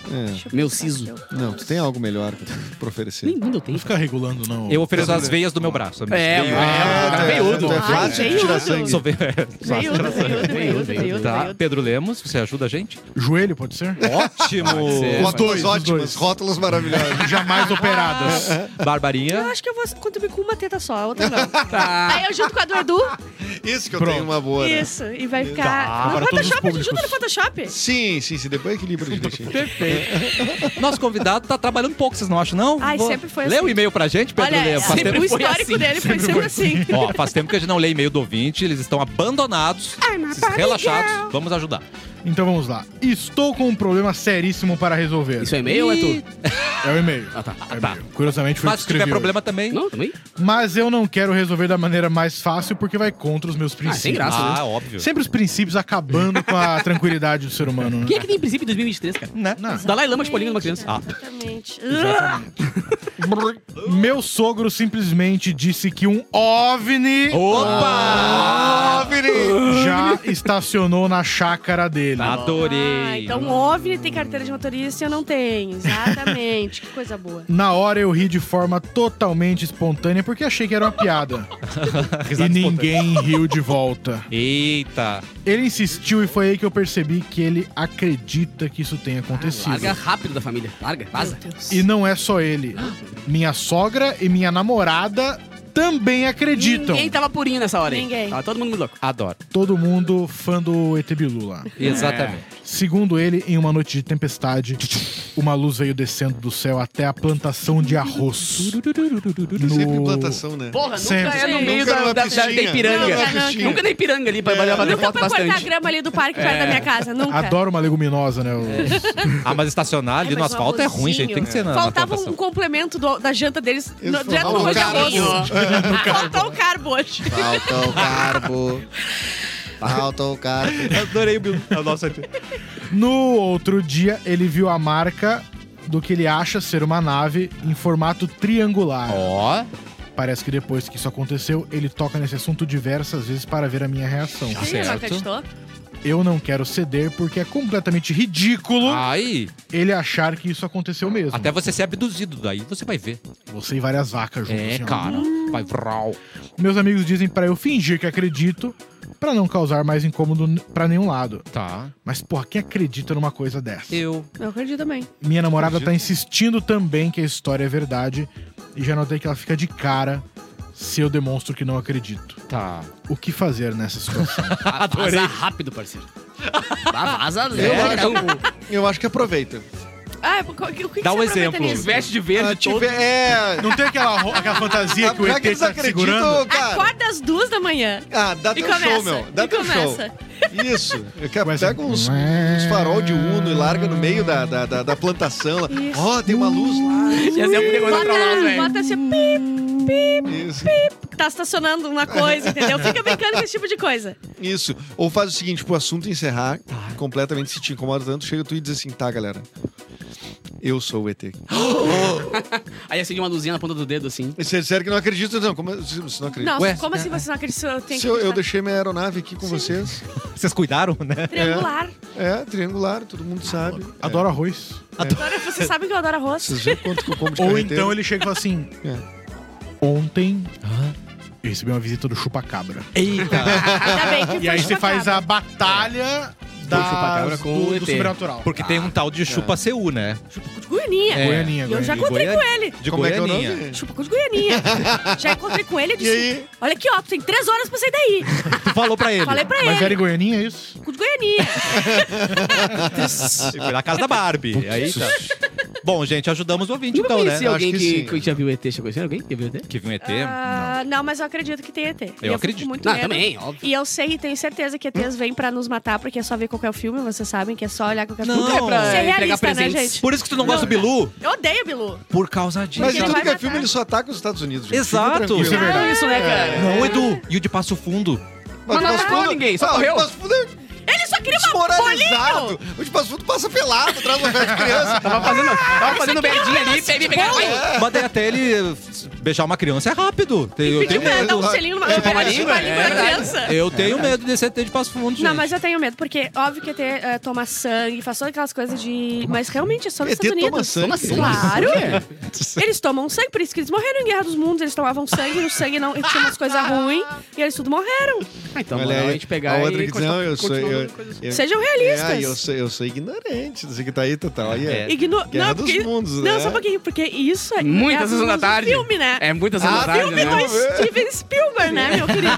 C: É.
B: Meu siso.
C: Não, tu tem algo melhor pra oferecer.
B: Nem bunda eu tenho.
D: Não fica regulando, não.
A: Eu ofereço as veias do meu braço. amigo. né?
B: É, mano.
C: Ah,
B: o cara
C: tá,
B: é veiudo.
C: tá, tá,
E: Ai,
C: fácil de
E: veiudo.
C: tirar sangue.
A: Só veio.
E: Veiudo, veiudo, veiudo, veiudo,
A: Tá,
E: veiudo.
A: Pedro Lemos, você ajuda a gente?
D: Joelho, pode ser?
A: Ótimo!
B: Pode
C: Rótulas
D: Os dois, os
C: ótimas,
D: dois.
C: rótulas maravilhosas.
D: Jamais operadas.
E: Eu
A: Barbarinha.
E: acho que eu vou contribuir com uma teta só, a outra não.
B: Tá.
E: Aí eu junto com a do Edu,
C: Isso que eu
D: Pronto.
C: tenho uma boa. né?
E: isso, e vai
D: Tá,
E: ficar...
D: para todos
E: No
D: os
E: Photoshop, a gente
D: públicos.
E: junta no Photoshop.
C: Sim, sim, sim. Depois equilibra direitinho.
A: Perfeito. Nosso convidado tá trabalhando pouco, vocês não acham, não?
E: Ai, sempre foi
A: Lê
E: assim.
A: o e-mail pra gente, Pedro
E: Olha, é
A: Lemos. Faz
E: sempre
A: tempo-
E: o
B: foi
E: histórico
B: assim,
E: dele foi sempre assim.
A: Ó, faz tempo que a gente não lê e-mail do ouvinte, eles estão abandonados,
E: a
A: esses
E: Barbie
A: relaxados. Vamos ajudar.
D: Então vamos lá. Estou com um problema seríssimo para resolver.
B: Isso é e-mail ou é tu?
D: É o e-mail.
B: Ah, tá.
D: É o
A: Tá.
D: e-mail. Curiosamente foi o
A: Mas
D: que
A: se tiver
D: escrevi
A: problema também.
B: Não, também?
D: hoje. Mas eu não quero resolver da maneira mais fácil porque vai contra os meus
B: Ah,
D: princípios.
B: sem graça, né?
A: Ah, óbvio.
D: Sempre os princípios acabando com a tranquilidade do ser humano, né?
B: Quem é que tem princípio em 2023, cara?
A: Né?
D: Não.
B: Dalai
E: É.
B: Lama escolhendo uma criança.
A: Ah.
E: Exatamente.
D: Meu sogro simplesmente disse que um OVNI
B: Ah,
A: Opa!
D: já estacionou na chácara dele.
A: Adorei.
E: Ah, então o OVNI tem carteira de motorista e eu não tenho. Exatamente. que coisa boa.
D: Na hora eu ri de forma totalmente espontânea porque achei que era uma piada. e
A: Risada
D: ninguém riu de volta.
A: Eita.
D: Ele insistiu e foi aí que eu percebi que ele acredita que isso tenha acontecido.
B: Larga rápido da família. Larga, vaza.
D: e não é só ele. Minha sogra e minha namorada também acreditam.
B: Ninguém tá- tava purinho nessa hora aí.
E: Ninguém.
B: Tava todo mundo muito louco.
A: Adoro.
D: Todo mundo fã do ET Bilu lá.
A: Exatamente.
D: Segundo ele, em uma noite de tempestade, uma luz veio descendo do céu até a plantação de arroz. No-
C: Sempre implantação, né?
B: Porra, nunca
D: Sempre.
B: é no meio
C: Nunca
B: da,
C: numa
B: da, da,
C: pistinha.
B: da
E: é
B: Ipiranga.
C: Nunca numa pistinha.
B: Nunca na Ipiranga ali, pra pra fazer
E: Nunca
B: foto
E: foi cortar a
B: bastante.
E: grama ali do parque perto da minha casa. Nunca.
D: Adoro uma leguminosa, né? o-
A: Ah, mas estacionar ali
E: Ai,
A: no
E: mas um
A: asfalto é ruim, gente. Tem que ser na, na
E: Faltava um
A: plantação.
E: complemento do- da janta deles no,
C: Eles
E: direto
C: falavam
E: no arroz de
C: carbo.
E: arroz.
C: No
E: Faltou o carbo hoje.
C: Falta o carbo. Falta o carbo.
A: Adorei o Bill. É o nosso ET.
D: No outro dia, ele viu a marca do que ele acha ser uma nave em formato triangular.
A: Ó.
D: Parece que depois que isso aconteceu, ele toca nesse assunto diversas vezes para ver a minha reação.
A: Tá
E: Sim, não
A: certo.
E: acreditou?
D: Eu não quero ceder porque é completamente
E: Um.
D: ridículo
A: Aí,
D: ele achar que isso aconteceu mesmo.
A: Ah. até você ser abduzido daí, você vai ver.
D: você e várias vacas juntas.
A: É,
D: assim, ó.
A: cara. Vai vral.
D: Meus amigos dizem pra eu fingir que acredito pra não causar mais incômodo n- pra nenhum lado.
A: Tá.
D: Mas, porra, quem acredita numa coisa dessa?
A: Eu.
E: Eu acredito também.
D: Minha namorada tá insistindo também que a história é verdade e já notei que ela fica de cara se eu demonstro que não acredito.
A: Tá.
D: O que fazer nessa situação?
B: Ah, Vaza rápido, parceiro. Vá, Vaza,
C: acho-
B: larga. um-
C: Eu acho que aproveita.
E: Ah, o que, o que
A: Dá
E: que
A: um
E: você aproveita
A: exemplo.
E: nisso?
B: Veste de verde,
C: Ah,
B: todo.
C: tiver- é.
D: não tem aquela, ro- aquela fantasia que o
C: já
D: ET
C: que eles
D: tá segurando?
C: acreditam, cara.
E: Acorda às duas da manhã.
C: Ah, dá
E: É E
C: teu
E: começa.
C: show, meu. Dá
E: e
C: teu show.
E: começa.
C: Isso. Eu quero,
D: Começa-
C: pega uns,
D: é
C: uns farol de uno e larga no meio da, da, da, da plantação.
E: Isso.
C: Ó, tem uma luz lá.
B: Já sei a primeira coisa pra lá,
E: Bota,
B: velho.
E: bota assim, pip, pip,
C: Isso.
E: tá estacionando uma coisa, entendeu? Fica brincando com esse tipo de coisa.
C: Isso. Ou faz o seguinte, pro assunto encerrar, completamente se te incomoda tanto, chega tu e diz assim, tá, galera. Eu sou o ET.
B: Aí acende uma luzinha na ponta do dedo, assim.
C: Você é sério que não acredita, não. Como é? você não acredita?
E: Não,
C: Ué,
E: como assim você não acredita? Eu tenho
C: se
E: que
C: eu, eu
E: acreditar.
C: deixei minha aeronave aqui com vocês.
A: Vocês cuidaram, né?
E: Triangular.
C: É, triangular, todo mundo sabe.
D: É. Adoro arroz.
E: Agora vocês sabem que eu adoro arroz.
C: Vocês viram quanto que eu como de
D: Ou
C: carreteiro?
D: então ele chega e fala assim: É. Ontem eu recebi uma visita do Chupacabra.
E: Ainda Tá bem que
D: E
E: foi
D: aí você
E: chupacabra.
D: faz a batalha
B: Do Chupacabra
D: das,
B: com o
D: do,
B: ET.
D: do sobrenatural.
A: Porque tem um tal de chupa CU, né?
E: De Goianinha.
A: É.
D: Goianinha,
E: E eu já
A: De
E: encontrei
A: Goiânia.
E: com ele.
A: De
C: Como é que é o
A: Goianinha.
C: nome?
E: Chupacu de Goianinha. já encontrei com ele e disse:
C: aí?
E: Olha aqui, ó, tu tem três horas pra sair daí.
A: Tu falou pra ele.
E: Falei pra
D: Mas era
E: ele.
D: em Goianinha, é isso?
E: Chupacu de Goianinha.
A: Foi na casa da Barbie. Aí tá. Bom, gente, ajudamos o ouvinte,
B: Eu
E: é
A: então, né?
B: conheci
C: Acho
B: alguém
C: que
B: Tipo que,
C: sim.
B: que já viu ET, já conheceu assim, alguém que viu ET?
A: Que viu um ET.
E: Ah, não, mas eu acredito que tem ET. E fico
A: acredito.
E: com muito
B: Não,
E: medo.
B: também, óbvio.
E: E eu sei e tenho certeza que ETs vêm pra nos matar, porque é só ver qualquer filme, vocês sabem que é só olhar qualquer
A: Não,
E: filme.
A: é pra
E: Isso é
B: entregar
E: realista, né,
B: presentes.
E: gente?
A: Por isso que tu não gosta do Bilu?
E: Eu odeio Bilu.
A: Por causa disso.
C: Mas
E: Porque
C: em
E: ele
C: tudo
E: vai
C: que é
E: matar.
C: filme, ele só ataca os Estados Unidos. gente. Fica
A: Exato. Ah.
C: tranquilo.
D: Isso é verdade.
B: É isso, né, cara?
A: Não, Edu. E o de Passo Fundo?
C: Mas
B: Mas não
C: o Passo
B: matou
C: Fundo-
B: ninguém, só Tá
C: Ah,
B: correu.
C: O Passo Fundo é
E: Ele só queria uma bolinho!
C: desmoralizado. O de Passo Fundo passa pelado, traz uma festa de criança.
B: Tava fazendo, tava fazendo merdinha ali, peguei, peguei.
A: Mas daí até ele f- beijar uma criança é rápido. Tem- Eu
E: Pediu
A: tenho
E: pra dar
A: medo.
E: um selinho numa
B: É,
E: chupa
B: uma
E: uma
B: língua,
E: língua
B: é
E: da
B: verdade.
E: criança.
A: Eu tenho medo desse ET de Passo Fundo, gente.
E: Não, mas eu tenho medo, porque óbvio que ET eh, toma sangue, faz todas aquelas coisas de. mas realmente é só nos
C: ET
E: Estados
C: toma
E: Unidos.
C: sangue? Toma sangue?
E: Claro!
B: É.
E: Eles tomam sangue, por isso que eles morreram em Guerra dos Mundos. Eles tomavam sangue, no sangue não tinha umas coisas ruins, e eles tudo morreram.
B: Ah, Então,
C: Olha
B: mano,
C: aí,
B: a gente pegar
C: a outra
B: e
C: que diz, não, eu sou...
B: continua
C: Eu,
B: dando coisa assim.
C: eu- é,
E: Sejam
C: eu
E: realistas.
C: sou, eu sou ignorante. Isso que tá aí, total. Aí é.
E: Igno...
C: Guerra
E: não,
C: dos
E: porque...
C: Mundos,
E: não,
C: né?
E: só um pouquinho, porque isso é. é
B: Muitas
E: a-
B: sessões da
E: um
B: tarde.
E: filme, né?
B: É muitas sessões da
C: Ah,
B: tarde,
E: Filme
B: né?
E: do Steven Spielberg, né, meu querido?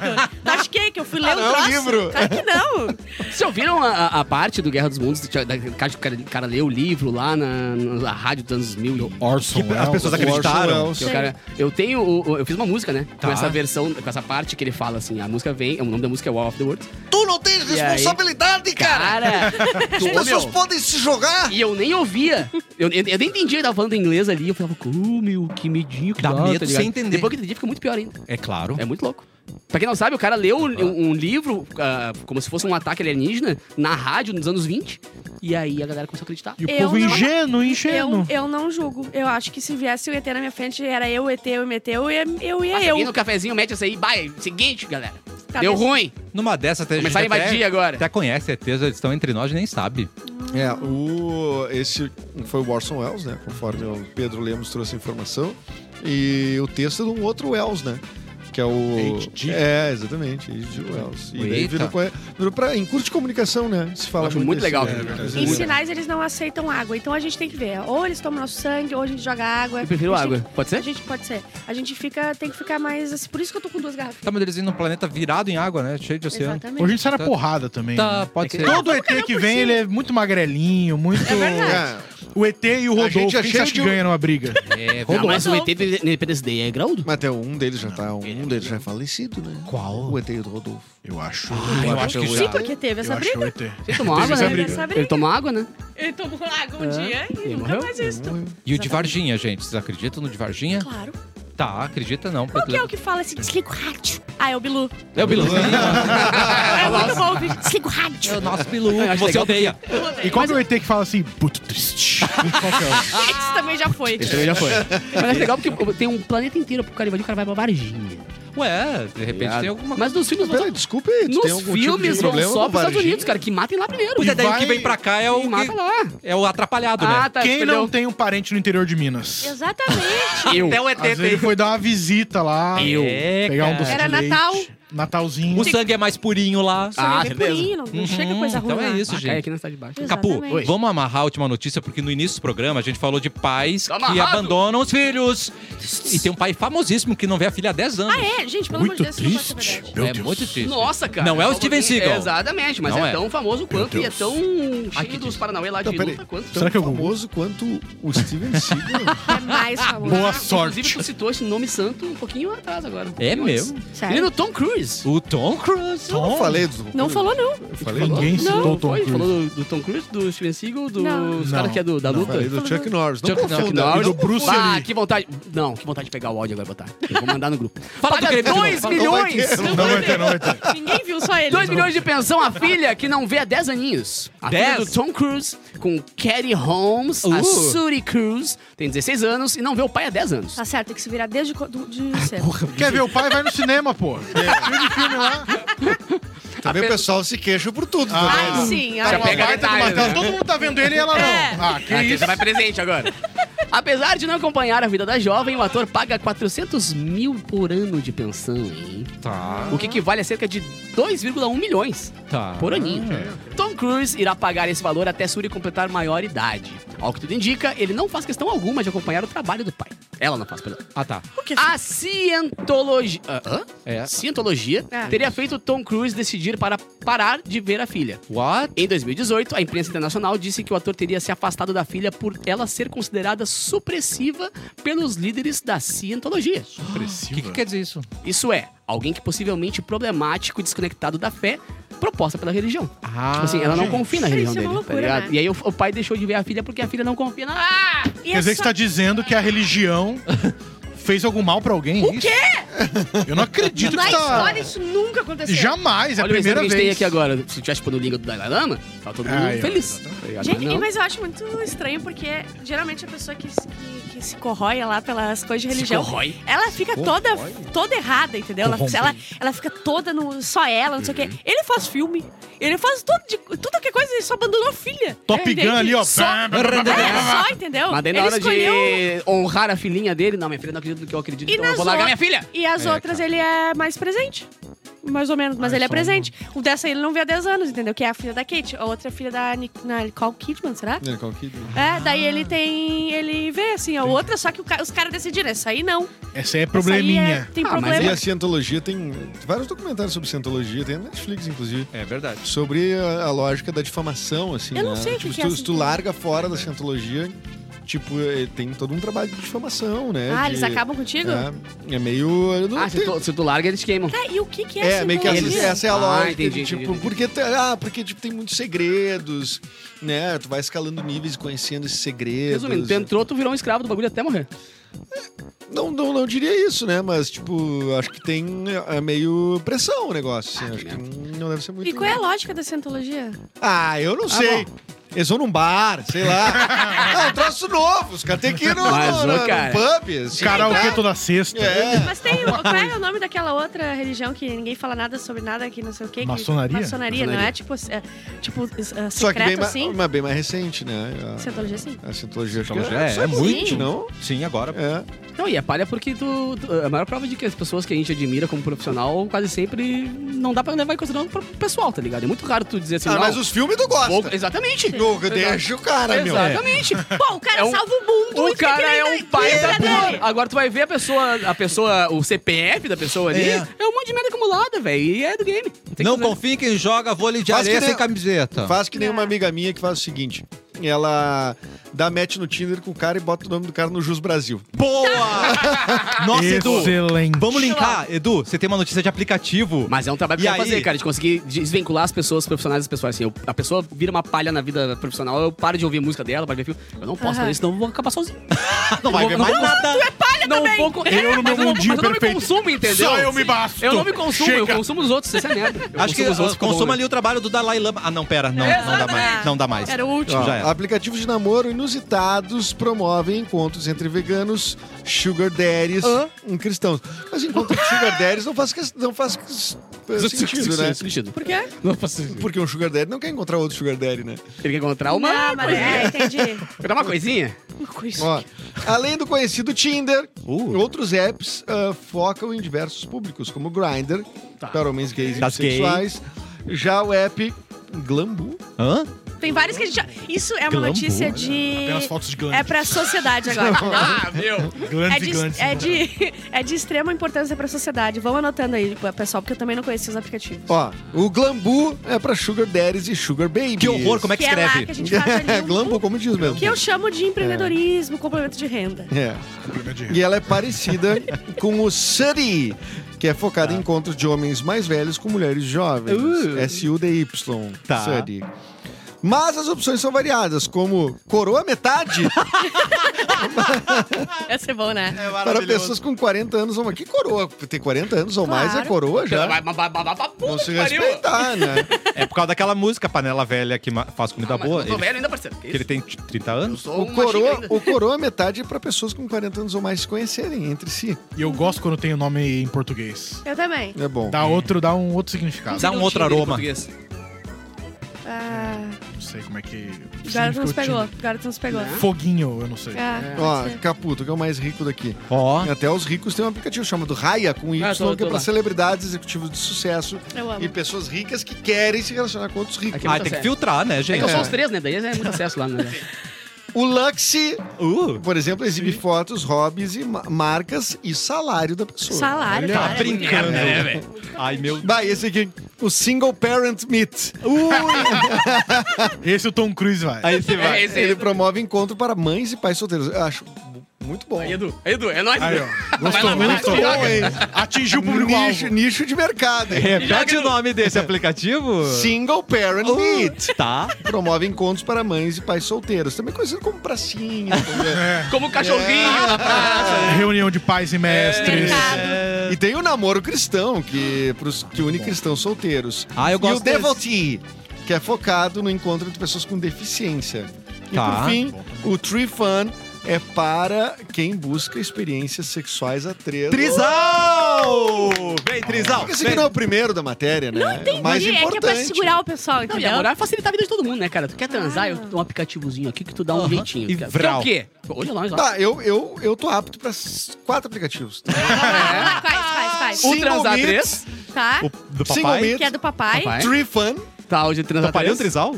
E: Tu acha que, é que eu fui ler
C: Ah,
E: o
C: não é um
E: troço?
C: livro.
E: Claro que não.
B: Vocês ouviram a, a- a parte do Guerra dos Mundos? Da, da, da, cara, que o cara, o cara leu o livro lá na, na rádio dos anos 2000. e-
D: Orson
A: Que- as pessoas
C: O Orson
A: acreditaram.
C: Welles.
B: que o cara- eu tenho. o- o- Eu fiz uma música, né?
A: Tá.
B: Com essa versão, com essa parte que ele fala assim: a música vem, o nome da música é War of the Worlds.
C: Tu não tens
B: E aí?
C: responsabilidade, cara.
B: Cara, tu,
C: As
B: ô,
C: pessoas
B: meu,
C: podem se jogar.
B: E eu nem ouvia. Eu, eu, eu nem entendia, ele tava falando em inglês ali. Eu falava, ô meu, que medinho que
A: Dá
B: dá.
A: medo
B: tá
A: sem
B: ligado?
A: entender.
B: Depois que eu entendi, fica muito pior ainda.
A: É claro.
B: É muito louco. Pra quem não sabe, o cara leu um, um livro ah, como se fosse um ataque alienígena na rádio nos anos 20. E aí a galera começou a acreditar.
D: E o
E: Eu
D: povo
E: não-
D: ingênuo,
E: Eu,
D: ingênuo.
E: eu não julgo. Eu acho que se viesse o ET na minha frente, era eu, o ET, eu, o ET, eu ia eu. Ia,
B: Passa
E: eu.
B: aqui no Tá cafezinho, mete essa aí. Vai, seguinte, galera.
E: Tá
B: Deu
E: mesmo.
B: ruim.
A: Numa dessas até
B: Começaram a
A: gente
B: invadir
A: até-
B: agora.
A: Até conhece certeza, eles estão entre nós e nem sabe.
C: É, o, esse foi o Orson Welles, né? Conforme o Pedro Lemos trouxe a informação. E o texto é de um outro Wells, né? Que é o.
D: H.G..
C: É, exatamente, H.G. Wells. E daí
A: Eita.
C: virou, co- virou pra, em curso de comunicação, né? Se fala
B: Eu acho muito
C: desse-
B: legal,
C: é,
B: Pedro.
C: verdade.
E: Em sinais, eles não aceitam água. Então a gente tem que ver. Ou eles tomam nosso sangue, ou a gente joga água.
B: Eu prefiro
E: A gente
B: água.
E: tem
B: Pode
E: que- A
B: ser?
E: gente pode ser. A gente fica, tem que ficar mais assim. Por isso que eu tô com duas garrafinhas.
A: Tá, mas eles indo num planeta virado em água, né? Cheio de oceano.
E: Exatamente.
D: Hoje a gente sai na
A: Tá.
D: porrada também.
A: Tá,
D: né?
A: pode ser.
D: Todo ET que vem, ele é muito magrelinho, muito.
E: É verdade.
D: O ET e o
C: A
D: Rodolfo,
C: gente é
D: quem você
C: cheio
D: acha que
C: de-
D: ganha numa briga?
A: É,
B: Não,
A: vamos.
B: mas o ET do Independence Day é graúdo.
C: Mas até um deles já tá. Um deles já é falecido, né?
A: Qual?
C: O ET do Rodolfo.
D: Eu acho.
A: eu
D: eu
A: acho
D: acho
A: que
D: que
A: eu
D: sim.
E: Sim, porque teve essa
D: Eu acho que é
E: briga.
D: o ET.
B: Ele tomou água,
D: essa
B: né?
D: briga.
E: Essa briga.
B: Ele tomou água, né?
E: Ele tomou água um dia e
B: É. Ele
E: nunca
B: morreu?
E: mais isso.
A: E o de Varginha, gente. Vocês acreditam no de Varginha?
E: Claro.
A: Tá, acredita não.
E: Qual que é o que fala assim? Desliga o rádio. Ah, é o Bilu.
A: É o Bilu.
E: É muito bom ouvir. Desliga o rádio.
A: É o nosso Bilu.
B: Eu
A: que
B: acho
A: Você
B: legal
A: odeia.
D: E qual que é o ET que fala assim, puto triste? qual que é o?
E: Esse também já foi.
B: Esse também já foi. Mas é legal porque tem um planeta inteiro pro cara invadir, o cara vai pra Varginha.
A: Ué, de repente
B: Ligado?
A: tem alguma
B: Mas nos filmes vão
C: Peraí,
B: só-
C: desculpa aí. tu tem
B: Nos
C: algum tipo
B: filmes vão
C: de problema
B: só
C: com
B: pros Estados
C: Varginha?
B: Unidos, cara, que matem lá primeiro.
A: Pois é, daí
D: vai-
A: o que vem pra cá é o,
B: E mata
A: que,
B: lá.
A: é o atrapalhado,
B: Ah,
A: né?
B: tá.
D: Quem
B: escolheu.
D: não tem um parente no interior de Minas?
E: Exatamente.
B: Eu. Ah,
A: Até o ET
D: Às vezes ele
A: tem.
D: foi dar uma visita lá,
B: Eu.
D: pegar um doce
E: Era
D: de leite,
E: Natal.
D: Natalzinho.
A: O sangue é mais purinho lá.
B: Ah,
E: Sangue
B: certeza.
E: purinho, não, não chega
A: Uhum,
E: coisa ruim.
A: então é
E: lá.
A: isso,
B: Ah,
A: gente.
B: cai aqui na cidade baixa.
A: Capu,
E: Exatamente.
A: vamos amarrar a última notícia, porque no início do programa a gente falou de pais
B: Tá
A: que
B: amarrado.
A: abandonam os filhos. E tem um pai famosíssimo que não vê a filha há 10 anos.
E: Ah, é? Gente, pelo amor
D: Muito
E: de Deus, isso não pode ser
D: triste.
E: verdade.
D: Meu
A: é
D: Deus.
A: muito difícil.
B: Nossa, cara.
A: Não é o
B: Só um
A: Steven
B: pouquinho-
A: Seagal.
B: Exatamente, mas
A: Não
B: é,
A: é.
B: tão famoso quanto e é
D: Deus.
B: tão
A: Ai, que
B: cheio dos
A: difícil.
B: Paranauê lá de
C: Então, peraí.
B: luta quanto.
C: Tão
D: Será que eu Google?
C: famoso quanto o Steven Seagal?
E: É mais famoso.
D: Boa
B: Inclusive,
D: sorte.
B: tu citou esse nome santo um pouquinho atrás agora. um
A: É
B: pouquinho antes.
A: mesmo?
E: Sério?
B: Ele é o Tom Cruise. Cruise.
A: O Tom Cruise.
C: Eu não falei do.
E: Não falou, não.
C: Eu falei do.
D: Ninguém
E: Não,
D: citou o Tom
B: Foi,
D: Cruise.
B: falou do, do Tom Cruise, do Steven Seagal, do-
E: Não.
B: dos
D: Não.
B: caras que é do, da
D: Não,
B: luta.
C: Falei do Chuck Norris. Não
B: Chuck-
C: confunda.
B: Chuck
C: E
B: Norris.
C: do Bruce
B: ah,
C: Lee.
B: que vontade. Não, que vontade de pegar o áudio agora e botar. Eu vou mandar no grupo.
A: do
B: Paga
A: Grêmio,
B: 2
A: não.
C: Não vai
B: milhões!
C: ter,
D: Não vai ter, não vai ter.
E: Ninguém viu, só ele.
B: 2 milhões de pensão à filha que não vê há 10 aninhos. A filha
A: Dez?
B: do Tom Cruise com Katie Holmes, a
A: Uh.
B: Suri Cruise, tem 16 anos e não vê o pai há 10 anos.
E: Tá certo, tem que se virar desde co- do- de cedo.
D: Quer ver o pai? Vai no cinema, pô. Cheio de filme lá.
C: Também o pessoal se queixa por tudo.
D: Ah,
E: Ai,
C: também, né?
E: sim.
B: Já
E: ai,
D: Tá
E: não.
D: uma
B: pega
D: baita do
B: detalhe,
D: Marcelo.
B: né?
D: Todo mundo tá vendo ele e ela não.
E: É.
D: Ah, que
B: Ah,
D: isso.
B: você vai presente agora. Apesar de não acompanhar a vida da jovem, o ator paga 400 mil por ano de pensão, hein?
A: Tá,
B: O que equivale a cerca de 2,1 milhões
A: tá.
B: por aninho. Tom Cruise irá pagar esse valor até Suri completar maior idade. Ao que tudo indica, ele não faz questão alguma de acompanhar o trabalho do pai. Ela não faz, perdão.
A: Ah, tá.
B: A cientologia. Ah, assim- hã?
A: É.
B: Cientologia
E: Ah.
B: teria feito Tom Cruise decidir para parar de ver a filha.
A: What?
B: Em 2018, a imprensa internacional disse que o ator teria se afastado da filha por ela ser considerada supressiva pelos líderes da cientologia.
A: O que, que quer dizer isso?
B: Isso é, alguém que possivelmente problemático e desconectado da fé proposta pela religião.
A: Ah,
B: tipo assim, ela não
D: gente.
B: confia na
E: Isso
B: religião
E: é uma
B: dele,
E: loucura,
B: tá ligado?
E: né?
B: E aí o, o pai deixou de ver a filha porque a filha não confia na... Ah!
E: E
D: Quer dizer que você
E: essa-
D: tá dizendo que a religião fez algum mal pra alguém? O quê? Eu não acredito
E: Na
D: que tá...
E: história isso nunca aconteceu.
D: Jamais, é a
B: Olha o exemplo que
D: primeira
B: a gente
D: vez.
B: tem aqui agora. Se tivesse tipo no língua do Dalai Lama, tava todo mundo
D: Ah, eu-
B: feliz. tá ligado?
E: Gente,
B: Mas não.
E: mas eu acho muito estranho, porque geralmente a pessoa que, se- que, que se corrói lá pelas coisas de
B: Se
E: religião,
B: corrói.
E: ela fica toda, toda errada, entendeu? Ela,
D: Corrompe. Uhum.
E: ela, ela fica toda no. Só ela, não sei o quê. Ele faz filme, ele faz tudo, de, tudo que é coisa, ele só abandonou a filha.
D: Top
E: entende?
D: Gun ali, ó.
E: Só,
D: Bam, bam, bam, bam, bam.
E: é, só, entendeu?
B: Mas daí na
E: ele
B: hora
E: escolheu.
B: de honrar a filhinha dele, não, minha filha não acredita no que eu acredito,
E: E
B: então eu
E: nas
B: vou largar
E: outras-
B: minha filha.
E: E as
A: É,
E: outras ele é mais presente. Mais ou menos, mas
D: Ah,
E: ele é
D: só
E: presente.
B: um
E: O dessa aí ele não vê há 10 anos, entendeu? Que é a filha da Kate. A outra é filha da Nic- na Nicole Kidman, será?
C: Nicole Kidman.
E: É, daí ele
B: Ah.
E: tem. Ele vê assim, a outra, só que o ca- os caras decidiram, essa aí não.
D: Essa aí é
E: Essa aí
D: probleminha.
E: é- tem
B: Ah, mas
E: problema.
C: E a cientologia tem vários documentários sobre cientologia, tem na Netflix, inclusive.
A: É verdade.
C: Sobre a, a lógica da difamação, assim.
E: Eu não
C: né?
E: sei o que
C: tipo, se
E: que é
C: tu,
E: a
C: se tu
E: cientologia.
C: larga fora da cientologia, tipo, eh, tem todo um trabalho de difamação, né?
E: ah,
C: de-
E: eles acabam contigo?
C: É, é meio. eu não
B: Ah, se
C: tenho-
B: tu, se tu larga, eles queimam.
E: Tá, e o que, que é,
C: É, meio que
E: cientologia?
C: essa,
B: eles-
C: essa é a
B: Ah,
C: lógica.
B: entendi,
C: de,
B: entendi,
C: tipo,
B: entendi.
C: porque tem- ah, porque tipo, tem muitos segredos, né? Tu vai escalando níveis e conhecendo esses segredos.
B: Resumindo, tu entrou, tu virou um escravo do bagulho até morrer.
C: Não, não, não diria isso, né? Mas, tipo, acho que tem é meio pressão o negócio. assim. acho que não deve ser muito.
E: E qual é a lógica da cientologia?
C: Ah, eu não
B: Ah,
C: sei.
B: bom.
C: Eles vão num bar, sei lá. ah, um troço novo. Os caras têm que ir no,
B: Mas,
C: no,
B: ô,
C: no- no
B: cara.
C: pub. Assim,
D: Karaokê
C: né?
D: é toda sexta.
C: É.
E: Mas tem. Qual é o nome daquela outra religião que ninguém fala nada sobre nada, que não sei o quê? que-
D: Maçonaria?
E: maçonaria, não é tipo. É, tipo,
C: Só
E: é,
C: que bem,
E: secreto
C: ma-
E: assim?
C: mas bem mais recente, né?
E: Cientologia sim.
C: A, a cientologia, acho que
A: Cientologia é-
C: só
A: é
E: muito.
C: não?
A: Sim, agora.
C: É.
B: Não, e é palha porque tu, tu- a maior prova de que as pessoas que a gente admira como profissional quase sempre não dá pra levar em consideração pro pessoal, tá ligado? É muito raro tu dizer assim,
C: Ah,
B: não,
C: mas os filmes tu gosta.
B: vou- Exatamente.
C: Não, deixa o cara, meu.
B: Exatamente.
E: Pô, o cara
B: É um-
E: salva o mundo.
B: O
E: isso que
B: cara
E: ele
B: é
E: ainda-
B: um pai da
E: Isso, né?
B: porra. Agora tu vai ver a pessoa, a pessoa, o CPF da pessoa ali, é,
D: É.
B: um monte de merda acumulada, velho. E é do game. Tem que
A: Não
B: fazer.
A: confie em quem joga vôlei de
C: Faz que
A: areia
C: nem-
A: sem camiseta.
C: Faz que nem
E: É.
C: uma amiga minha que faz o seguinte: ela dá match no Tinder com o cara e bota o nome do cara no Jus Brasil.
A: Boa! Nossa, Edu.
D: Excelente.
A: Vamos linkar. Edu, você tem uma notícia de aplicativo.
B: Mas é um trabalho que
A: Tipo, E
B: eu vou
A: aí?
B: fazer, cara, de conseguir desvincular as pessoas profissionais das pessoas. Assim, eu- a pessoa vira uma palha na vida profissional, eu paro de ouvir música dela, paro de ver filme. Eu não posso
E: Aham.
B: fazer isso, senão eu vou acabar sozinho.
A: não vai ver mais nada.
B: não vou co-
D: Eu
B: é
D: no
B: mas
D: meu
B: não-
D: mundinho
B: mas eu
D: perfeito.
B: não me consumo, entendeu? Assim,
D: Só eu me basto.
B: Eu não me consumo, eu
D: Chega.
B: consumo os outros, essa é a merda. Eu
A: Acho que
B: consumo os outros,
A: uh,
B: fica bom,
A: consuma
B: né?
A: ali o trabalho do Dalai Lama. Ah, não, pera. Não, não dá mais. Não dá mais.
E: Era o último.
C: Ó,
A: Já era.
C: aplicativos de namoro inusitados promovem encontros entre veganos, sugar daddies e cristãos. Mas encontro de sugar daddies não faz, que- não faz que- sentido, né?
B: Sentido.
E: Por quê?
B: Não faço sentido.
C: Porque um sugar daddy não quer encontrar outro sugar daddy, né?
B: Ele quer encontrar uma.
E: não, mas é, entendi.
B: Quer dar uma coisinha?
E: Uma coisa.
C: Ó, além do conhecido Tinder,
A: Uh.
C: outros apps ah, focam em diversos públicos, como Grindr,
B: Tá.
C: para homens gays e
A: Das
C: bissexuais. Já o app Glambu,
A: Hã?
E: Tem vários que a gente. Isso é uma
D: Glamour.
E: notícia de.
D: Apenas fotos de glandes.
E: É pra sociedade agora.
B: Ah, meu!
D: Glandes
E: É
D: e glandes.
E: de, é, de, é de extrema importância pra sociedade. Vamos anotando aí, pessoal, porque eu também não conheço os aplicativos.
C: Ó, o Glambu é pra Sugar Daddies e Sugar Babies.
A: Que horror, como é que,
E: que é lá que a
A: escreve?
E: gente faz ali
C: É,
E: um-
C: Glambu, como diz mesmo.
E: que eu chamo de empreendedorismo, complemento de renda.
C: É.
D: Problema de-
C: E ela é parecida com o SUDY, que é focado em encontros de homens mais velhos com mulheres jovens.
B: Uh.
C: S-U-D-Y.
A: Tá.
C: SUDY. Mas as opções são variadas, como coroa metade
E: Ia ser bom, né?
A: É
C: para pessoas com 40 anos ou mais. Que coroa? Ter 40 anos ou mais é
E: Claro.
C: coroa já.
B: Vai- vai- vai- vai- vai- vai-
C: Não
B: puta
C: se
B: que pariu.
C: respeitar, né?
A: É por causa daquela música, Panela Velha, que ma- faz comida
B: Ah, mas
A: Tá boa.
B: eu tô
A: Ele,
B: velho ainda, parceiro. Que
A: que ele
B: isso?
A: tem t- 30
B: Eu
A: anos.
B: sou um
C: O
B: machinho
C: coroa,
B: ainda.
C: o coroa metade é para pessoas com 40 anos ou mais se conhecerem entre si.
D: E eu gosto quando tem o nome em português.
E: Eu também.
C: É bom.
D: Dá outro, dá um outro significado.
A: Dá um outro aroma.
B: Em português.
E: Ah,
D: Não sei como é que.
E: agora tu nos
D: significa o
E: pegou.
D: Tinder.
E: Agora tu nos pegou.
D: Né? Foguinho, eu não sei.
E: Ah,
B: um
C: Ó,
E: pode ser.
C: Caputo, que é o mais rico daqui.
A: Ó.
C: E Até os ricos têm um aplicativo chamado Raya com Y,
B: Ah, tô-
C: que é
B: tô
C: pra
B: lá.
C: celebridades, executivos de sucesso
E: eu amo.
C: e pessoas ricas que querem se relacionar com outros ricos.
B: Aqui
A: Ah,
B: muito
A: tem que
B: sério.
A: filtrar, né,
B: É
A: gente?
B: que eu sou os três, né? Daí é muito acesso lá, né?
C: O Luxy,
A: Uh,
C: por exemplo, exibe fotos, hobbies e ma- marcas e salário da pessoa.
E: Salário,
D: Olha,
E: cara.
A: brincando.
B: né?
A: Ai, meu...
C: Bah, esse aqui, o Single Parent Meet.
D: Esse o Tom Cruise vai.
A: Aí você vai.
B: É esse aí,
C: Ele
B: Edu.
C: promove encontro para mães e pais solteiros. Eu acho muito bom.
B: Aí, Edu. Aí, Edu, é nóis.
D: Aí,
B: Edu.
D: ó.
B: Vai lá,
D: Gostou,
B: vai lá, é.
D: gostou.
B: vai lá.
D: Atingiu o
C: nicho,
B: né?
D: público-alvo.
C: nicho de mercado. hein?
A: Repete o nome desse aplicativo?
C: Single Parent
B: Uh.
C: Meet.
A: Tá.
C: Promove encontros para mães e pais solteiros. Também conhecido como pracinha.
B: Como um cachorrinho na praça.
D: Reunião de pais e
E: Tá
D: mestres.
E: Mercado.
A: É.
C: E tem o namoro cristão, que, pros, que une cristãos solteiros.
A: Ah, eu
C: e o
A: gosto desse.
C: Devotee, que é focado no encontro de pessoas com deficiência. E
A: Tá.
C: por fim, o Tree Fun é para quem busca experiências sexuais a três.
A: Trisal! Vem, Trisal!
C: Porque esse
A: vem.
C: aqui não é o primeiro da matéria, né? Não
E: Tem
C: o mais
E: que- é que é pra
C: importante.
E: segurar o pessoal,
B: Não, e
E: entendeu?
B: agora facilita a vida de todo mundo, né, cara? Tu quer transar, eu dou um aplicativozinho aqui que tu dá um jeitinho.
A: E
B: Quer-
A: vral.
B: Quer o quê? Olha nós, ó.
C: Tá, eu, eu, eu tô apto para quatro aplicativos.
E: Ah, Quais, quais, quais?
B: O
C: Single
B: transar
C: meet.
B: três.
E: Tá?
A: O do
C: Single
A: papai?
C: meet.
E: Que é do papai.
B: Papai.
C: Tree Fun.
B: Tá, o de transar
A: Papai é o
B: três.
A: Trisal?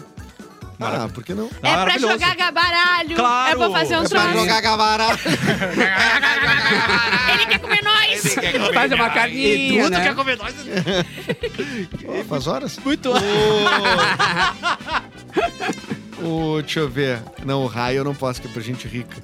C: Ah,
A: Maravilha.
C: por que não?
E: É pra
A: Maravilhoso.
E: jogar gabaralho.
A: Claro.
E: É pra fazer um
A: É
C: É pra
E: troço.
C: jogar gabaralho.
E: Ele quer comer nós.
B: Faz uma carinha,
A: Edu, tu
B: né?
A: quer
B: comer
C: Ó, Faz horas?
A: Muito
C: O, deixa eu ver. Não, o raio eu não posso, que é pra gente rica.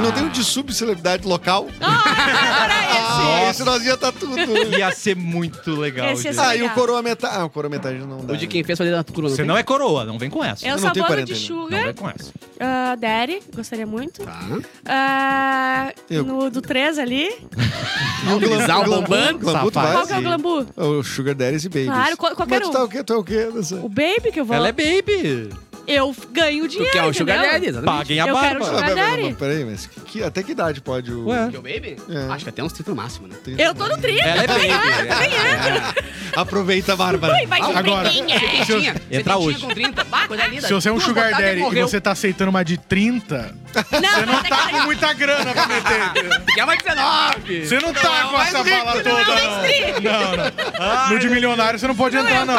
C: Não tem um de subcelebridade local?
E: É,
C: Ah, esse nós ia tá tudo.
A: Ia ser muito legal.
E: Esse é
A: gente.
E: só-
C: ah, e o coroa metade. Ah, o coroa metade não dá.
B: O de quem fez fazer na turma,
A: Você não é coroa, não vem com essa.
E: Eu
C: não
E: sou
C: tenho
E: bolo de
C: 40, não.
A: Não
E: sugar.
A: vem com essa.
E: Ah, Daddy, gostaria muito.
B: Tá.
E: Ah,
C: Eu-
E: no do 3 ali.
C: E o glam-
B: Trisal
C: glambu-
B: bombando,
C: glambu, tu vai?
E: Qual que é o
A: Sim.
E: Glambu?
C: O Sugar Daddies e Babies.
E: Claro, qual- qualquer
C: Mas tu
E: um.
C: tá o quê? Tu é o quê? Nessa?
E: O Baby que eu vou.
A: Ela é baby.
E: Eu ganho dinheiro.
B: Tu quer o
E: entendeu?
B: Sugar Daddy, exatamente.
A: Paguem a
E: Eu quero
A: barba.
E: jogar.
C: mas- mas-
E: Daddy.
C: mas Peraí, mas que- até que idade pode o...
A: Ué.
B: Que é o baby?
C: É.
B: Acho que até uns 30 no máximo, né?
C: tem-
E: Eu tô no 30.
A: Ela é
E: tá
A: baby. É.
E: ganhando, tá ganhando.
C: Aproveita, Bárbara.
E: Vai de
D: Agora.
E: preguinha.
B: Sedentinha.
A: Entra
B: Sedentinha
A: hoje.
B: com 30. Bah, coisa linda.
D: Se você é um
B: Duas
D: sugar
B: botadas
D: daddy e
B: morreu.
D: você tá aceitando uma de 30,
E: Não, é não
D: tá com muita grana pra meter.
B: Que é uma 19.
D: Você não tá com essa bala toda, não. Não, não. No de milionário você não pode
E: é
D: entrar, não.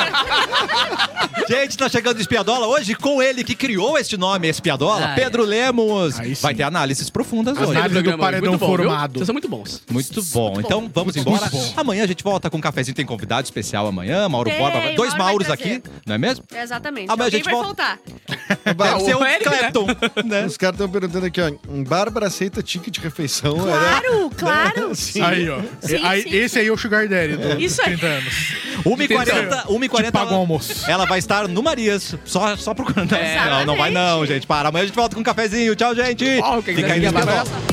A: Gente, tá chegando o Espiadola hoje com ele que criou este nome, Espiadola,
B: Ah, é.
A: Pedro Lemos.
D: Aí sim.
A: Vai ter análises profundas hoje.
D: Análise do paredão
B: muito bom, viu?
D: formado.
B: Vocês são muito bons.
A: Muito bom. Então vamos
D: Muito
A: embora.
D: bom.
A: Amanhã a gente volta com um cafezinho, tem convidado especial amanhã, Mauro
E: Tem,
A: Borba, dois
E: Mauro vai
A: Mauros
E: trazer.
A: aqui, não é mesmo?
E: Exatamente.
A: Ah, mas a
E: Alguém
A: gente
E: vai
A: volta-
E: faltar. Tá,
A: Deve ser
B: o
A: o
B: Eric, né?
A: Clapton, né?
C: Os caras estão perguntando aqui, ó. Um Bárbara aceita ticket de refeição? É.
E: Claro, claro.
C: Sim.
D: Aí, ó.
E: Sim,
D: aí,
E: sim.
D: Esse aí é o sugar daddy do- dos
E: Isso aí.
D: 30 anos.
A: 1h40, 1h40.
D: Te pago o
A: ela-
D: almoço.
A: Ela vai estar no Marias, só, só procurando.
E: É.
A: Não, não vai não, gente. Para. Amanhã a gente volta com um cafezinho. Tchau, gente.
B: Ó, o que
A: Fica
B: quiser
A: aí no
B: ligar pra
A: Espiadola.
B: nós.